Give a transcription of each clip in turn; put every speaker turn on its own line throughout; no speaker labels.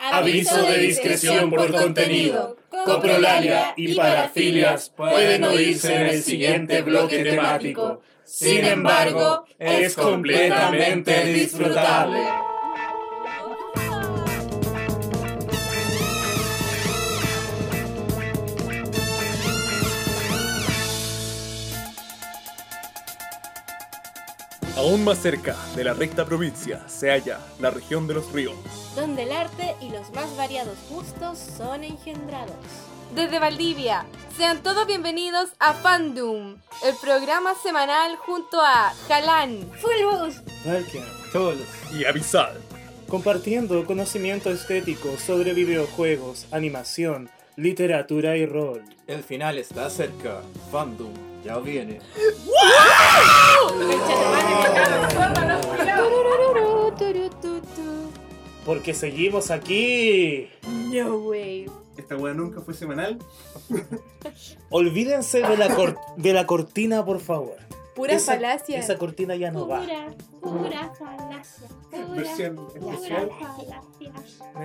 Aviso de discreción por contenido, coprolalia y parafilias pueden oírse en el siguiente bloque temático. Sin embargo, es completamente disfrutable.
Aún más cerca de la recta provincia se halla la región de los ríos.
donde el arte y los más variados gustos son engendrados.
Desde Valdivia, sean todos bienvenidos a Fandom, el programa semanal junto a Jalán,
Fulbus,
Valkia, Cholos,
Y Avisal,
compartiendo conocimiento estético sobre videojuegos, animación, literatura y rol.
El final está cerca. Fandom ya viene.
Porque seguimos aquí.
No way.
Esta weá nunca fue semanal.
Olvídense de la, cor- de la cortina, por favor.
Pura
Esa-
falacia.
Esa cortina ya no va.
Pura, pura falacia. Pura,
Versión
pura
especial.
falacia.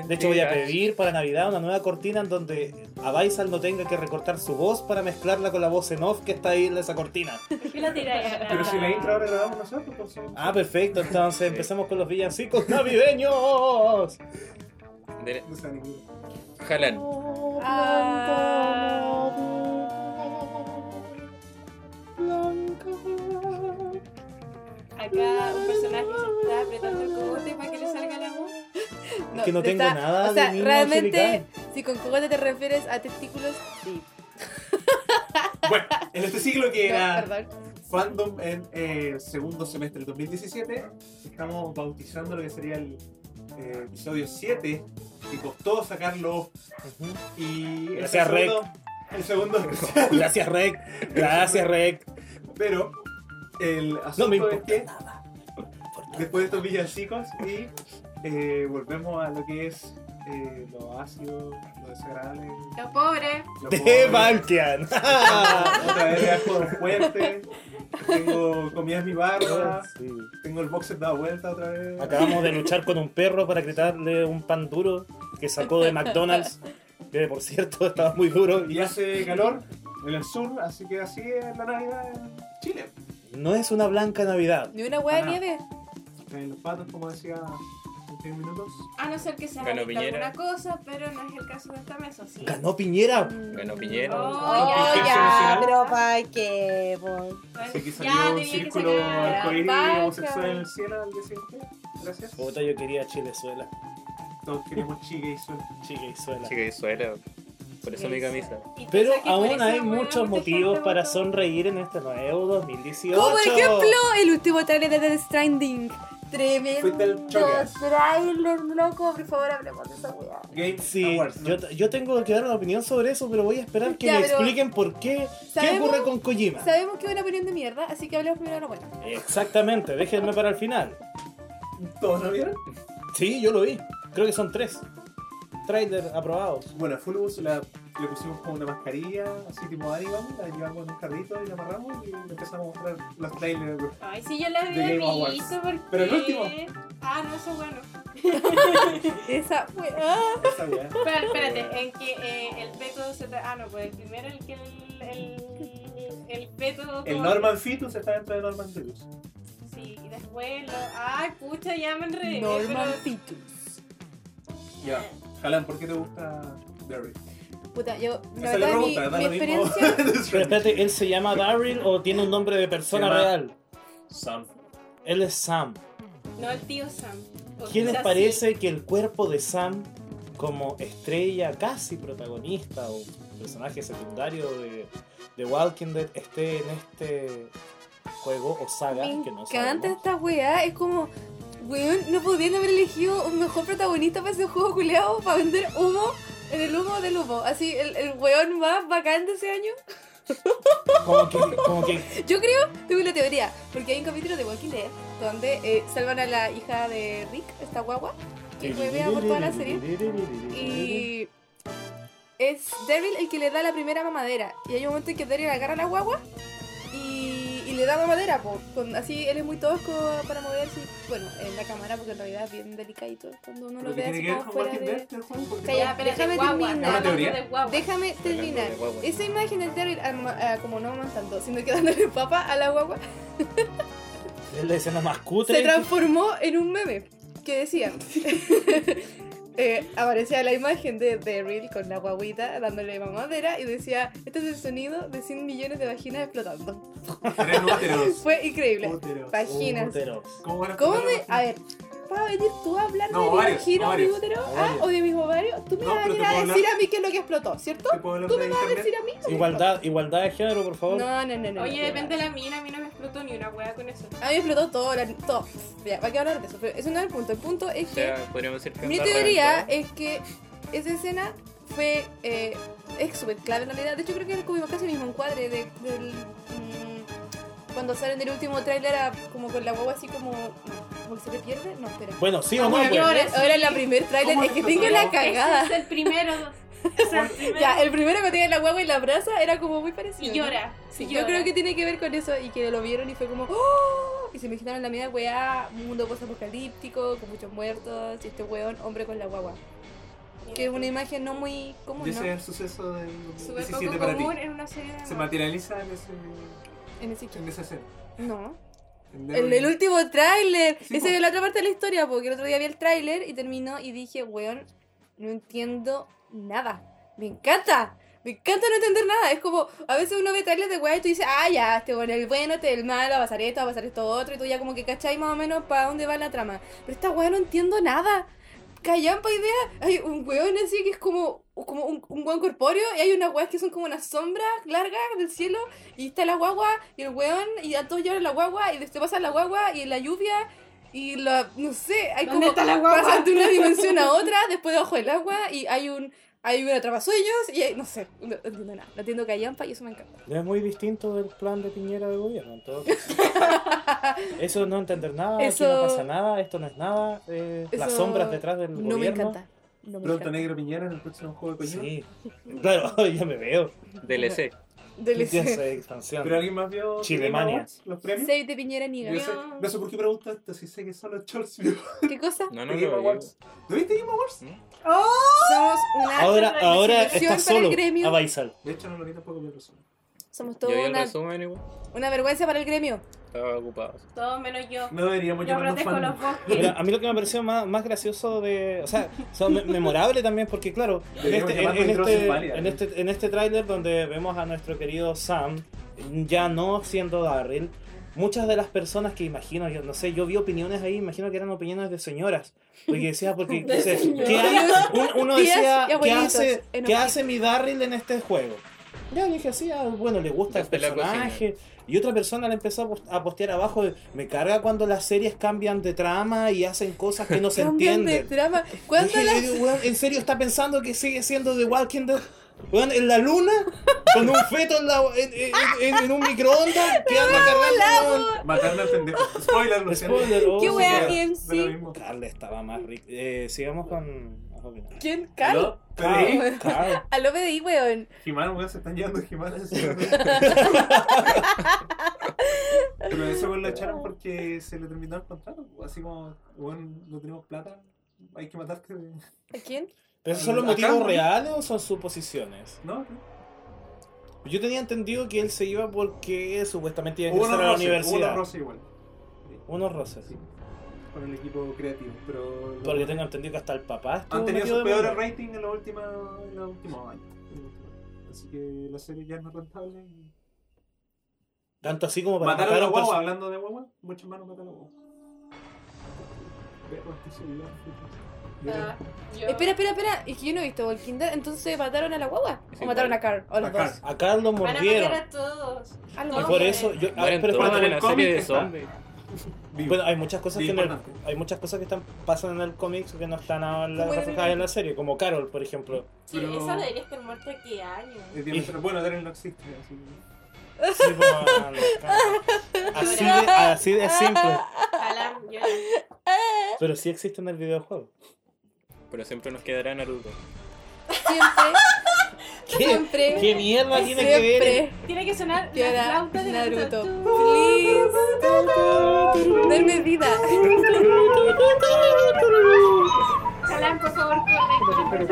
De hecho, voy a pedir para Navidad una nueva cortina en donde Abaisal no tenga que recortar su voz para mezclarla con la voz en off que está ahí en esa cortina.
Pero si la intro ahora la damos nosotros, por si-
Ah, perfecto. Entonces empezamos con los villancicos navideños.
no sé, ningún-
Jalan.
Acá un personaje se está apretando el cogote para que le salga la voz.
Es que no
te
tengo nada
O sea,
de niño
realmente,
angelical.
si con cogote te refieres a testículos, sí.
Bueno, en este siglo que
No,
era
perdón.
fandom en eh, segundo semestre del 2017, estamos bautizando lo que sería el eh, episodio 7, que costó sacarlo.
Ujú.
Y el
Gracias,
segundo- El segundo especial,
Gracias, Rec. Gracias, Rec.
Pero el asunto
me
es
importa
que después de estos villancicos y eh, volvemos a lo que es eh, lo ácido, lo desagradable.
Los pobres.
lo
De
pobre.
Valkian.
Otra vez viajo fuerte. Tengo comidas mi barba.
Sí.
Tengo el boxer dado vuelta otra vez.
Acabamos de luchar con un perro para gritarle un pan duro que sacó de McDonald's. Que por cierto estaba muy duro.
Y hace calor en el sur, así que así es la Navidad en Chile.
No es una blanca Navidad.
Ni una hueá de
Ah.
nieve.
En los patos, como decía hace 10 minutos.
A no ser que sea
Ganó
adicta a
Piñera.
alguna cosa, pero no es el caso de esta mesa, sí.
Ganó Piñera.
Mm.
Ganó Piñera.
Ah,
Oh,
ya,
ya.
pero pa' qué, po.
Así que
Ya
salió un
tenía que
círculo
sacar la
arcoíris
paja.
homosexual en el cielo al día siguiente. Gracias.
Puta, yo quería Chilezuela.
Todos queremos chique y suerte.
Chilezuela.
Chica, eso era. Por eso mi camisa.
Y tú
Pero
sabes que por
aún
eso
hay
me da
muchos
mucha
motivos
gente
para
votando.
sonreír en este nuevo 2018.
Como por ejemplo, el último trailer de Death Stranding. Tremendo
Fuiste el Chocas.
trailer, loco. Por favor, hablemos de esa hueá.
Game
Sí,
Awards. ¿no?
yo, yo tengo que dar una opinión sobre eso, pero voy a esperar que
Ya,
me
pero-
expliquen por qué. ¿Qué
¿Sabemos?
ocurre con Kojima?
Sabemos que es una opinión de mierda, así que hablemos primero de la buena.
Exactamente, déjenme para el final.
¿Todos lo vieron?
Sí, yo lo vi. Creo que son tres. Trailer aprobados.
Bueno, a Fulbus la, le pusimos como una mascarilla, así tipo Animal, la llevamos en un carrito y la amarramos y le empezamos a mostrar los trailers.
Ay, sí, yo la
The Game
había
Awards.
visto porque...
Pero el último.
Ah, no, eso es bueno.
Esa hueá.
Esa weá.
Pero espérate, en que eh, el peto se... tra- Ah, no, pues el primero, el que el... El, el peto...
El
como-
Norman Fetus está dentro de Norman Fetus.
Sí, y después lo... Ay, pucha, ya me enredé. eh,
Norman
pero-
Fetus.
Ya.
Eh.
Jalan, ¿por qué te gusta Barry?
Puta, yo. La
Esa es la
verdad, mi,
pregunta, da
mi
lo mismo.
experiencia.
Pero espérate, ¿él se llama Daryl o tiene un nombre de persona
Se llama-
real?
Sam.
Él es Sam.
No, el tío Sam. O
¿Qué les
quizás
parece que el cuerpo de Sam, como estrella casi protagonista o personaje secundario de, de Walking Dead, esté en este juego o saga
Me
que no
encanta
sabemos?
esta weá. Es como. Weón, no podían haber elegido un mejor protagonista para ese juego culeado para vender humo en el humo del humo. Así, el, el weón más bacán de ese año.
Como que, como que
Yo creo, tengo una teoría, porque hay un capítulo de Walking Dead donde eh, salvan a la hija de Rick, esta guagua, que huevea por toda la serie. Y es Daryl el que le da la primera mamadera. Y hay un momento en que Daryl agarra a la guagua y, y le daba madera, po. Con- así él es muy tosco para moverse. y- Bueno, en la cámara, porque en realidad es bien delicadito. Cuando uno lo,
Lo que
ve
tiene
así
que ver
como
con
fuera
Walking
de...
Dead, el juego, porque
Calla,
no-
pero déjame terminar.
¿Es una teoría?
Déjame terminar. Esa imagen del Daryl, arma- ah, como no más tanto, sino que dándole papa a la guagua,
Es la escena más
se
cutre.
transformó en un meme que decía. eh, aparecía la imagen de Daryl con la guaguita dándole mamadera y decía: Este es el sonido de 100 millones de vaginas explotando.
Eran úteros.
Fue increíble.
Úteros.
Vaginas.
Útero.
¿Cómo van a
¿Cómo
explotar
me.?
los-
A ver, ¿vas a venir tú a hablar
No,
de mi
varios,
vagina o mi
varios,
útero ah,
varios.
o de mis ovarios? Tú me
No,
vas a
pero
venir
te
a
puedo
decir
hablar-
a mí qué es lo que explotó, ¿cierto?
¿Te puedo hablar
Tú
de
me vas a
internet?
decir a mí. lo que
Igualdad, igualdad de género, por favor.
explotó. No, no, no, no.
Oye,
no.
depende de la mina, a mí no me explotó ni una hueá con eso.
A mí me explotó todo, la, todo. Ya, ¿para qué hablar de eso? Pero eso no es el punto. El punto es
O
que
sea, podríamos decir que
mi
anda
teoría
reventado.
es que esa escena fue. eh, es súper clara en realidad. De hecho, creo que cubrimos casi el mismo encuadre de, del. mm, cuando salen del último tráiler a- como con la guagua así como. ¿Como que se le pierde? No, espera.
Bueno, sí o no,
Bueno,
pues.
no,
Ahora,
sí.
ahora la primer tráiler
¿Cómo
es que
empezó
tengo
la
la
guagua?
cagada.
Ese es el primero. Ese es el primero.
Ya, el primero que tenía la guagua y la brasa era como muy parecido.
Y
¿no?
llora.
Sí,
y
yo
llora.
creo que tiene que ver con eso y que lo vieron y fue como ¡Oh! Y se imaginaron la media weá, mundo post apocalíptico, con muchos muertos, y este weón, hombre con la guagua. Que es una imagen no muy común,
Y ese es
¿no?
el suceso del
Súper
2017
poco
para ti.
común en una serie de
Se
amor.
materializa en, ese,
En ese
en esa escena.
No.
En
El,
Neverland.
el último tráiler.
Sí,
Esa
po.
es la otra parte de la historia, porque el otro día vi el tráiler y terminó y dije, weón, no entiendo nada. Me encanta. Me encanta no entender nada. Es como, a veces uno ve trailers de weá y tú dices, ah, ya, este bueno, el bueno, este el malo, va a pasar esto, va a pasar esto otro, y tú ya como que cacháis más o menos para dónde va la trama. Pero esta weá no entiendo nada. Callampa idea, hay un weón así que es como, como un, un weón corpóreo y hay unas weas que son como unas sombras largas del cielo y está la guagua y el weón y a todos lloran la guagua y después pasa la guagua y la lluvia y la no sé hay
¿Dónde
como
está la guagua?
pasan de una dimensión a otra después debajo del agua y hay un hay un atrapasueños y hay, no sé no, no entiendo nada no entiendo callampa y eso me encanta
No es muy distinto del plan de Piñera de gobierno. en todo caso. Eso es no entender nada, aquí
Eso-
no pasa nada, esto no es nada. eh, Las
Eso
sombras detrás del
no me
gobierno.
encanta no me
Pronto
encanta
Negro Piñera en el próximo juego de Kojima.
Sí, claro, ya me veo.
DLC.
Del-
Ya sé, expansión.
¿Pero alguien más vio
Chilemania.
Game Awards, los premios?
Save de Piñera Niga
Yo sé- no sé por qué pregunto esto, si sé que son los shorts viejo,
¿qué cosa?
No,
de
no
Game
lo digo.
Awards. ¿No viste Game Awards?
somos una
Ahora, ahora
desilusión
estás
para el
solo, Ah,
gremio.
Abaisal.
De hecho, no lo vi tampoco mi persona.
somos
Yo
toda
vi el
una,
resumen igual.
una vergüenza para el gremio
Estaba ocupado.
Todo menos yo.
No deberíamos
Yo
llamarnos
protejo
fan.
los bosques.
Mira, a mí lo que me pareció más, más gracioso de. O sea, son me- memorable también porque, claro, en
Deberíamos
este, en,
llamarlo
en
Intrusos
este-
Inválida,
en
¿no?
este- en este tráiler donde vemos a nuestro querido Sam, ya no siendo Darryl, muchas de las personas que imagino, yo no sé, yo vi opiniones ahí, imagino que eran opiniones de señoras. Porque decía, porque. o sea, ¿qué ha- un- uno
Tías
decía,
y
¿qué
abuelitos
hace,
en
¿qué
un-
hace mi Darryl en este juego? Ya dije así, ah, bueno, le gusta el
Desde la cocina.
personaje, y otra persona le empezó a post- a postear abajo, de, me carga cuando las series cambian de trama y hacen cosas que no se
Cambian de
entienden.
drama ¿cuándo
Dije,
la
"Oye, weón, ¿En serio está pensando que sigue siendo The Walking Dead? Weón, en la luna, con un feto en, la- en- en- en- en un microondas, que anda cargando. weón.
Matarme al pendejo. Spoiler, lo siento.
Spoiler, oh,
qué
sí,
wea
weón.
sí,
MC
Da lo mismo.
Carl estaba más rico. Eh, sigamos con. las opiniones.
¿quién? Carl
¿No?
Ah,
¿Pedí?
Carl.
Al OBDI, weón.
Jimán, weón, se están llevando Jimán. Pero eso weón, lo echaron porque se le terminó el contrato. Así como, weón, no tenemos plata, hay que matarte.
¿A quién?
¿Pero esos son los
Acá,
motivos
¿no?
reales o son suposiciones?
No,
Yo tenía entendido que él se iba porque supuestamente iba a
hubo unos
ingresar a la
roces, hubo unos
universidad.
roces igual. Sí,
Unos roces.
sí, Con el equipo creativo, pero.
Porque tengo entendido que hasta el papá estuvo
Han tenido
metido
sus
de
peores
medio.
rating en los últimos, en los últimos años. en los últimos años. Así que la serie ya no es rentable. y-
Tanto así como para
Mataron a
matar
la
un
guagua,
perso-
hablando de guagua, muchos manos mataron a la guagua. Veo este celular. pues.
Ah, yo-
Espera, espera, espera. Es que yo no he visto Walking Dead. Entonces mataron a la guagua.
Es
o mataron
igual.
a Carl. O los
A
dos.
Carl.
A Carlos
Van a matar
mordieron.
a todos.
A los
Y
dos.
por eso yo. ah,
Mueren
pero
todos en
espérate,
en
una
el
serie de
cómic está.
zombies.
Vivo.
bueno, hay muchas cosas
Bien
que en el-
importante.
hay muchas cosas que están pasando en el cómics que no están ahora
Como en el
reflejadas en la serie, como Carol, por ejemplo.
Sí,
Pero-
esa debería estar muerta qué año.
Eh.
Es diametral- Bueno, Darren no existe, así que-
Sí, pues, ah, no, claro. así, de, así de simple.
Ojalá, yo-
Pero sí existe en el videojuego.
Pero siempre nos quedará Naruto.
Siempre.
¿Qué,
Siempre.
qué mierda tiene que ver? el-
Siempre.
Tiene que sonar la
Llora
flauta de
Naruto.
Naruto.
Please. Darme vida.
Salán, por favor, corre, corre,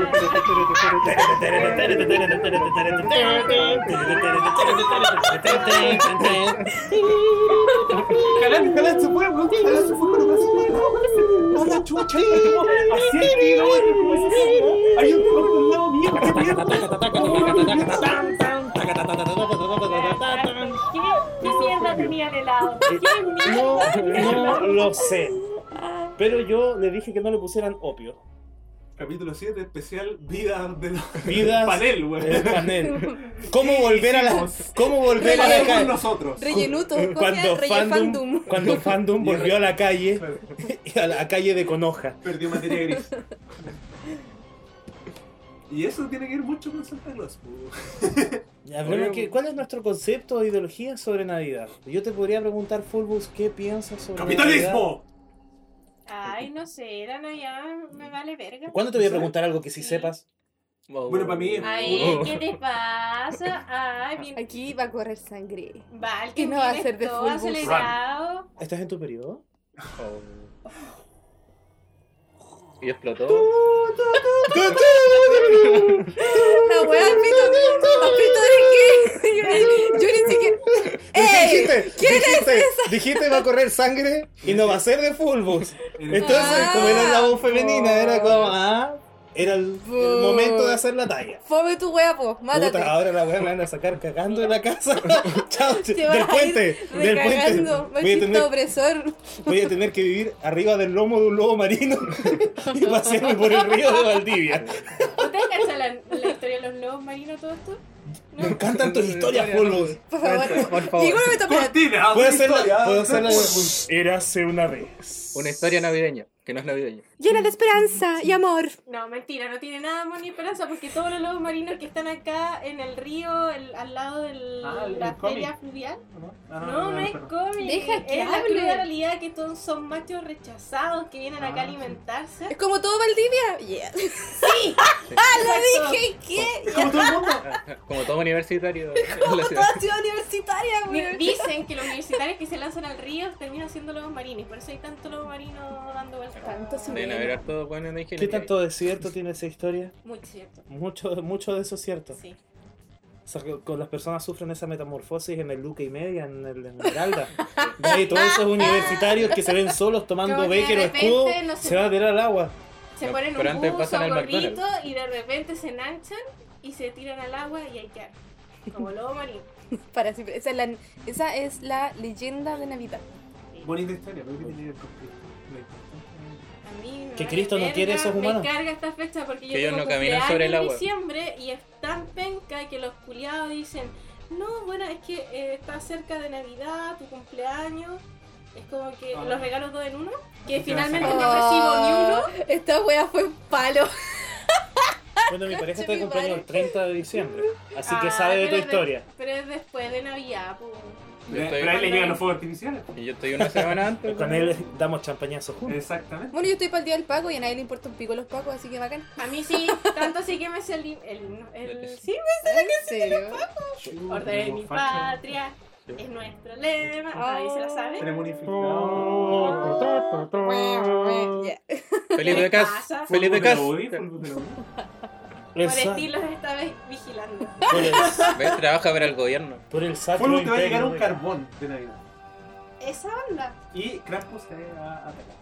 corre.
Jalán, jalán se fue, weón. Jalán se fue con una señora. Hola, chucha. Así es, tío, weón, como se sienta. Hay un cuerpo al lado mío. qué mierda.
¿Qué, qué mierda tenía el helado?
No, no lo sé. Pero yo le dije que no le pusieran opio.
Capítulo 7, especial Vida de los
Vidas-
panel, weón.
El panel. ¿Cómo volver a la, cómo volver a la
Somos
calle?
nosotros.
Rellenuto. ¿cómo se
Cuando
llama? Relle-
fandom,
fandom.
cuando fandom volvió a la calle, a la calle de Conoja.
Perdió materia gris. Y eso tiene que ir mucho con Santa Claus. weón.
Ya, pero ¿qué- ¿Cuál es nuestro concepto o ideología sobre Navidad? Yo te podría preguntar, Fulbus, ¿qué piensas sobre Navidad?
¡Capitalismo!
Ay, no sé, la Navidad me vale verga.
¿Cuándo te voy a preguntar algo que sí sepas? Uh.
Bueno, para mí es-
Ay, ¿qué te pasa? Ay, bien.
Aquí va a correr sangre.
Val,
Que no va a ser de
todo
full bus.
acelerado.
¿Estás en tu periodo?
Y explotó.
La wea al Ah, pito. Al pito de qué? Yo, yo ni siquiera. ¡Ey!
dijiste, dijiste, dijiste va a correr sangre y no va a ser de Fulbus. Entonces,
Ah.
como era la voz femenina, era como, ah, era el, el momento de hacer la talla.
Fome tu wea, po. Mátate.
Puta, ahora la weá me van a sacar cagando de la casa. Chao, ch-
Te vas a
del
ir
puente. Del puente.
Recargando.
Voy a,
Machista
tener,
opresor.
voy a tener que vivir arriba del lomo de un lobo marino y pasearme por el río de Valdivia.
¿Ustedes cachan la, la historia de los lobos marinos, todo esto?
Me encantan tus historias, Fulbus.
Por favor.
Por favor,
Llegó el momento para.
Cortina,
Puedo
otra
hacerla.
historia.
Puedo hacerla. Érase una vez.
una historia navideña, que no es navideña.
Llena de esperanza y amor.
No, mentira, no tiene nada de amor ni esperanza porque todos los lobos marinos que están acá en el río, el- al lado de
Ah, el
la
cómic.
feria fluvial.
Ah,
No, no es
perdón.
cómic.
Deja que
es la
hable.
cruda realidad que todos son machos rechazados que vienen acá a
Ah, sí.
alimentarse.
Es como todo Valdivia. Yeah.
¡Sí!
¡Ah,
Exacto.
lo dije! ¿Qué?
Es como todo el mundo.
Como todo universitario en la ciudad.
Toda ciudad universitaria,
Ni-
weón.
Dicen que los universitarios que se lanzan al río terminan siendo lobos marinos, por eso hay tanto lobo marino dando vueltas.
Tanto sí.
Deben haber harto bueno en
¿Qué
ingeniería.
tanto de cierto tiene esa historia?
Muy cierto.
Mucho, mucho de eso es cierto.
Sí.
O sea, que- que las personas sufren esa metamorfosis en el Luca y Media, en el en Esmeralda. De ahí todos esos universitarios que se ven solos tomando
Como que de
Becker o
repente
escudo,
no se-
se van a tirar al agua.
Se
No,
ponen
pero
un
antes
buzo,
pasan al
gorrito
McDonald's.
y de repente se enanchan y se tiran al agua y ahí quedan. Como lobo marino.
Para siempre. Esa es, la, esa es la leyenda de Navidad.
Bonita historia, pero ¿qué tiene que ver con Cristo? Lo importante
A mí me
Que
vale
Cristo no
verga,
quiere esos humanos.
Me carga esta fecha porque yo
Que ellos
tengo
no caminan
cumpleaños
sobre el agua.
en diciembre y es tan penca que los culiados dicen, no, bueno, es que eh, está cerca de Navidad, tu cumpleaños. Es como que
Ah.
los regalos dos en uno, que
te vas a
finalmente no recibo ni uno.
Oh, Esta wea fue un palo.
Bueno, mi pareja está de
Conche mi
cumpleaños
madre.
el 30 de diciembre, así que
Ah,
sabe de tu
pero es
historia.
Pero es después de Navidad, pues.
Yo
es-
estoy-
Pero ahí le llegan los fuegos artificiales.
Y yo estoy una semana antes.
Eh, Con él damos champañazos juntos.
Exactamente.
Bueno, yo estoy para el día del Paco y a nadie le importa un pico los Pacos, así que bacán.
A mí sí, tanto sí que me sé el... el, el- sí,
¿En serio?
Orden de mi patria, es nuestro lema. Ahí se la sabe.
Tenemos unificado.
Ya.
Feliz de
pasa?
casa. Feliz de casa.
Fútbol de la UDI, fútbol de la UDI.
El
Por
sa-
estilos estaba vigilando.
por el-
Ves, trabaja para el gobierno.
Por el sacro
Fútbol te va a llegar
imperio
un
de-
carbón de Navidad.
Esa onda,
Y Krampus te va a atacar.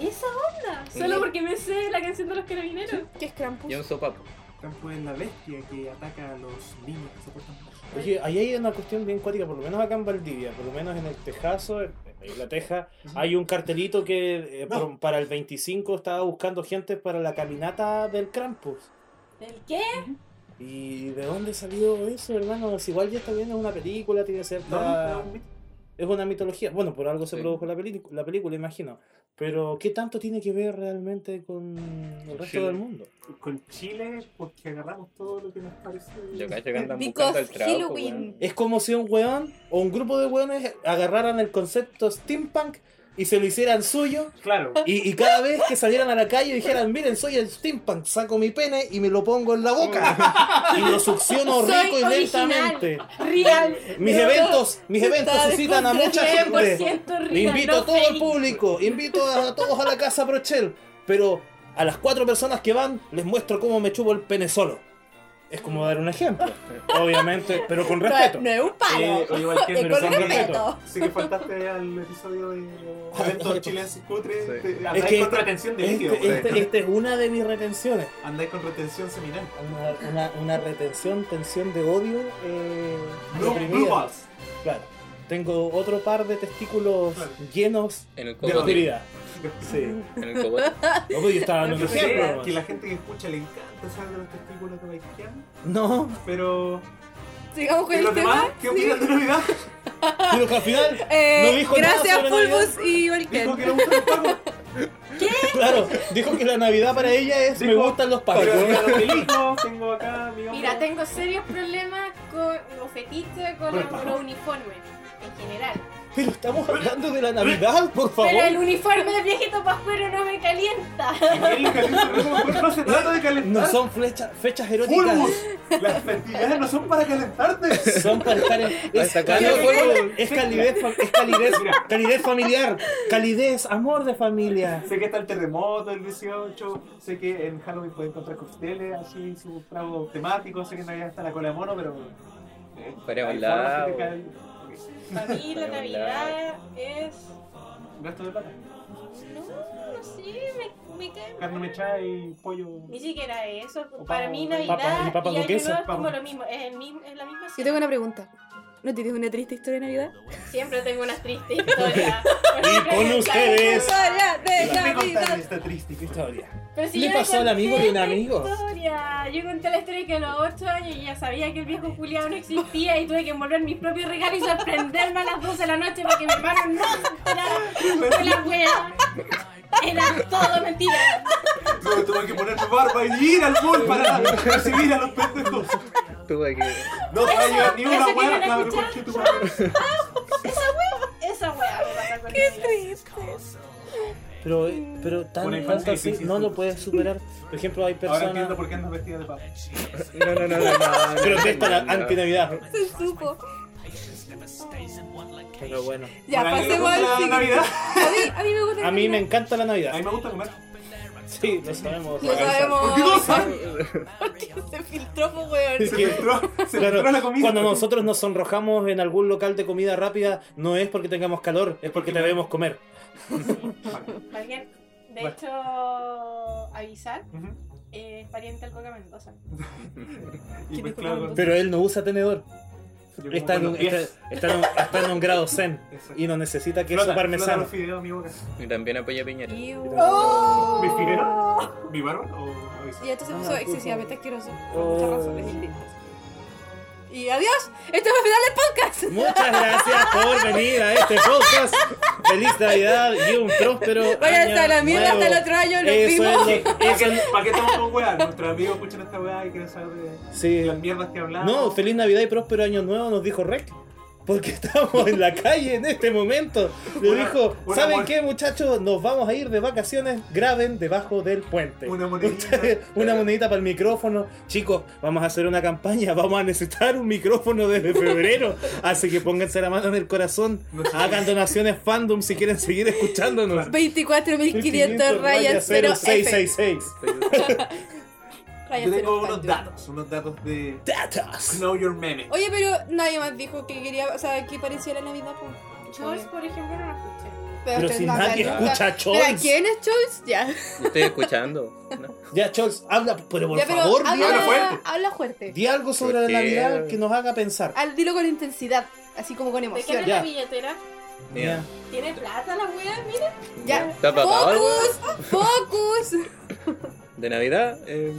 esa onda. Solo porque me sé la canción de los carabineros.
¿Qué es Krampus?
Y un sopapo.
Krampus es la bestia que ataca a los niños que se portan mal.
Oye, ahí hay una cuestión bien cuática, por lo menos acá en Valdivia, por lo menos en el Tejazo, en en la Teja, hay un cartelito que eh,
No.
por- para el 25 estaba buscando gente para la caminata del Krampus.
¿El qué?
¿Y de dónde salió eso, hermano? Es igual ya está bien, es una película, tiene
No,
cierta...
no, no, no.
Es una mitología. Bueno, por algo se
Sí.
produjo la, peli- la película, imagino. Pero, ¿qué tanto tiene que ver realmente con el resto
Sí.
del mundo?
Con Chile, porque agarramos todo lo que nos parece.
Yo cacho que andan buscando
Because
el trabajo.
Halloween.
weón.
Es como si un weón o un grupo de weones agarraran el concepto steampunk y se lo hicieran suyo.
Claro.
Y, y cada vez que salieran a la calle dijeran, miren, soy el steampunk, saco mi pene y me lo pongo en la boca. y lo succiono
Soy
rico y
original.
lentamente.
Real.
Mis eventos, mis eventos
está
suscitan a mucha gente.
100% real,
Le invito
no
a todo el
fake.
público, invito a, a todos a la casa Prochel, pero a las cuatro personas que van les muestro cómo me chupo el pene solo. Es como dar un ejemplo, obviamente, pero con respeto.
Ah, No es un palo.
Eh, oye, Valquer,
Es
pero
con
son
respeto.
Sí que faltaste al episodio de los eventos chilenos cutres.
Sí.
te-
Es
Andáis
que
con
este-
retención de líquido.
Este- este- Esta es una de mis retenciones.
Andáis con retención seminal.
Una, una- una retención, tensión de odio. eh,
Blue,
reprimida.
blue balls.
Claro. Tengo otro par de testículos
Claro.
llenos
En el
de
cogote.
autoridad. Sí.
En el cogote.
No, pues yo estaba
Yo
hablando de
sé
ejemplo,
que
nomás.
la gente que escucha le encanta saber de los testículos de Valkyrian,
No,
pero.
Sigamos con
¿Y
el
los demás?
tema.
¿Qué opinan de Navidad?
pero que al final,
Eh,
No dijo nada
gracias,
sobre
Pulbus y
Dijo
Volker.
que le gusta el pavo.
claro, dijo que la Navidad para ella es me
Dijo,
gustan los pacos.
Pero mira, los milicos, tengo acá mi hombre.
Mira, tengo serios problemas con o fetiche con
Bueno,
los,
pa.
los uniformes en general.
Pero estamos hablando de la Navidad, por
Pero el
favor.
uniforme de viejito pascuero no me calienta.
Miguel y Calixto, no se- No se trata de
No
calentar.
son flechas, fechas eróticas.
Fulbus, las festividades no son para calentarte.
Son para estar en. Es,
Hasta cuándo,
calidez, es calidez, fa- es calidez,
Mira.
calidez familiar. Calidez, amor de familia.
Sé que está el terremoto el 18, sé que en Halloween puedes encontrar cócteles, así, sus tragos temáticos, sé que en Navidad está la cola de mono, pero... ¿eh?
Para
Hay
volar,
formas que te
o-
caen-
Para mí la
Pero
Navidad es.
Ok, Gasto de plata.
No, no sé, me, me cae mal.
Carne mechada y pollo...
Ni siquiera eso.
O
Para
pavo,
mí
papa-
Navidad
y papa
y
con
Año
queso.
Nuevo es como
Papa.
lo mismo. Es, el mismo, es la misma
Yo tengo
cena.
una pregunta. ¿No tienes una triste historia de Navidad?
Siempre tengo una triste historia.
Y con ustedes.
Historia de
¿Qué te contaron
Navidad.
esta triste historia?
Historia.
Pero si
¿Le
yo no
pasó al
conté
amigo de un
la
amigo?
historia. Yo conté la historia que a los 8 años ya sabía que el viejo Julián no existía y tuve que envolver mis propios regalos y sorprenderme a las 12 de la noche para que mi hermano no se enterara de la wea. Era todo mentira.
No, tuve que poner mi barba y ir al mall para recibir a los pendejos.
Tuve que.
No te va a llevar ni
eso
una
que
hueá,
iban a
cabrón,
escuchar.
conche tu madre.
Esa wea me pasa con
Qué
Navidad.
triste.
Pero, pero tan,
Por ejemplo,
tanto así,
difícil.
no lo puedes superar. Por ejemplo, hay
Ahora entiendo
personas.
por qué andas vestida de pavo.
No, no, no, no. no, no, no,
Protesta la
no, no.
antinavidad.
Se supo.
Pero bueno.
Ya,
Para mí me
pasemos
gusta
al
la
siguiente.
Navidad.
A mí, a mí me gusta
A mí me
Navidad.
encanta la
A
Navidad.
mí me gusta comer.
Sí, lo sabemos.
Lo sabemos.
¿Por qué no saben?
Porque se filtró, pues, weón.
Es
Se
que-
filtró, se
Claro,
filtró la comida.
cuando nosotros nos sonrojamos en algún local de comida rápida, no es porque tengamos calor, es porque te debemos comer.
Alguien, de
Bueno.
hecho, avisar
Ujú.
eh, es pariente al Coca Mendoza.
Y
¿Qué
mezclado
dijo
con...
Pero él no usa tenedor.
pues, yo
Está en este
como
un,
con los
está,
pies.
está en un- está en un grado zen
Exacto.
y no necesita queso
Flota- flotan
parmesano.
los fideos a mi boca.
Y también apoya a Piñera.
Iu.
Oh.
¿Mi fideo? ¿Mi barba? ¿O avisa?
Y esto se
Ah,
puso
puta.
excesivamente asqueroso. Por
Oh.
muchas razones distintas. Y adiós. Este fue el final del podcast.
Muchas gracias por venir a este podcast. Feliz Navidad y un próspero.
Vayan hasta
año
la mierda hasta el
nuevo.
otro año. Los
Eso
vimos.
es lo-
¿Para qué- para qué estamos con weá? Nuestros amigos escuchan esta weá y quieren saber de de
sí.
las mierdas que hablamos.
No, feliz Navidad y próspero año nuevo, nos dijo Rec. Porque estamos en la calle en este momento. Le
Una-
dijo,
una
¿saben
mon-
qué muchachos? Nos vamos a ir de vacaciones, graben debajo del puente.
Una monedita.
Una monedita para el micrófono. Chicos, vamos a hacer una campaña, vamos a necesitar un micrófono desde febrero. Así que pónganse la mano en el corazón. Hagan donaciones fandom si quieren seguir escuchándonos.
24.500 rayas 0 F.
0666.
Rayas
Yo tengo
cero
unos
F.
datos, unos datos de
Datas.
Know Your Meme.
Oye, pero nadie más dijo que quería, o sea, que parecía la Navidad, pues.
Choice, por ejemplo, no lo escuché.
Pero si
no
nadie
hablan
nunca.
escucha
nunca. ¿Pero
Choice.
quién es Choice? Ya.
Yo Estoy escuchando. ¿no?
Ya, Chols, habla, pero por
ya, pero
favor, di
habla,
habla
algo,
fuerte.
habla fuerte.
di algo sobre
¿Por
la
qué?
Navidad que nos haga pensar.
Al- dilo con intensidad, así como con
¿De qué
emoción.
era
Ya.
la billetera?
Ya.
¿Tiene plata la wea? Mira.
Ya.
¿Está papado algo?
Focus, focus.
De Navidad. Eh...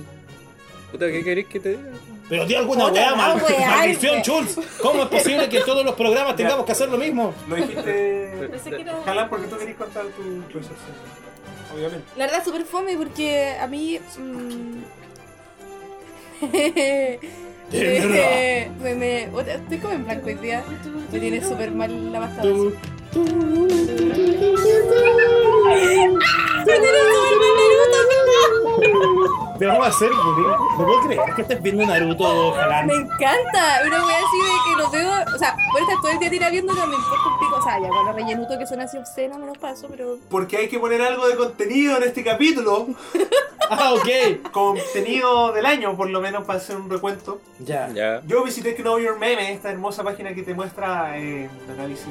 Puta, ¿qué querés que te diga?
Pero di alguna
Otra,
weá,
no,
mal-
weá,
maldición,
weá.
Chols. ¿Cómo es posible que en todos los programas tengamos que hacer lo mismo?
Lo dijiste.
Pensé que era.
Jalan porque tú querías contar tu percepción. Obviamente.
La verdad, súper fome porque a mí. mm, me, me, otra- Estoy como en blanco hoy día. Me tiene súper mal la pasta.
Tú, Te vamos a hacer bullying. No puedo creer que estés viendo Naruto, ojalá.
Me encanta. Una wea así de que los veo. O sea, por estar todo el día tirando viendo, no me importa un pico. O sea, ya con los rellenutos que son así obscenos me los paso, pero.
Porque hay que poner algo de contenido en este capítulo.
Ah, ok.
contenido del año, por lo menos, para hacer un recuento.
Ya.
Ya.
Yo visité Know Your Meme, esta hermosa página que te muestra eh, el análisis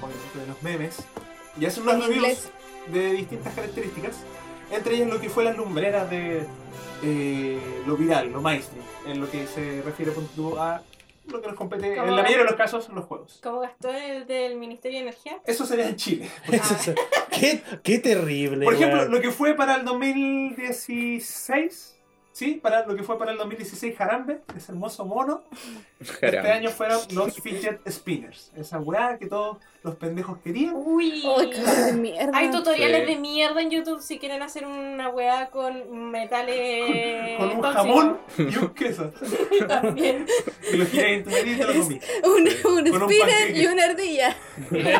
obviamente, de los memes. Y hacen unas
En
reviews
inglés.
de distintas características. Entre ellas lo que fue las lumbreras de eh, lo viral, lo mainstream. En lo que se refiere ponte tú, a lo que nos compete, en
Como
la
la-
mayoría de los casos, son los juegos.
¿Cómo gastó el del Ministerio de Energía? Ah.
Eso sería en Chile.
qué, qué terrible.
Por ejemplo,
weón.
lo que fue para el 2016, ¿sí? Para lo que fue para el 2016 Jarambe, ese hermoso mono. Este
Caramba.
año fueron los fidget spinners. Esa weá que todos los pendejos querían.
¡Ay,
Uy.
oh, qué mierda!
Hay tutoriales
Sí.
de mierda en YouTube si quieren hacer una weá con metales.
Con un
tóxicos.
jamón y un queso.
También.
Y lo giré en tu nariz y te lo comí.
Un, un
Con un
spinner
panqueque.
y una ardilla.
Y, de- y de-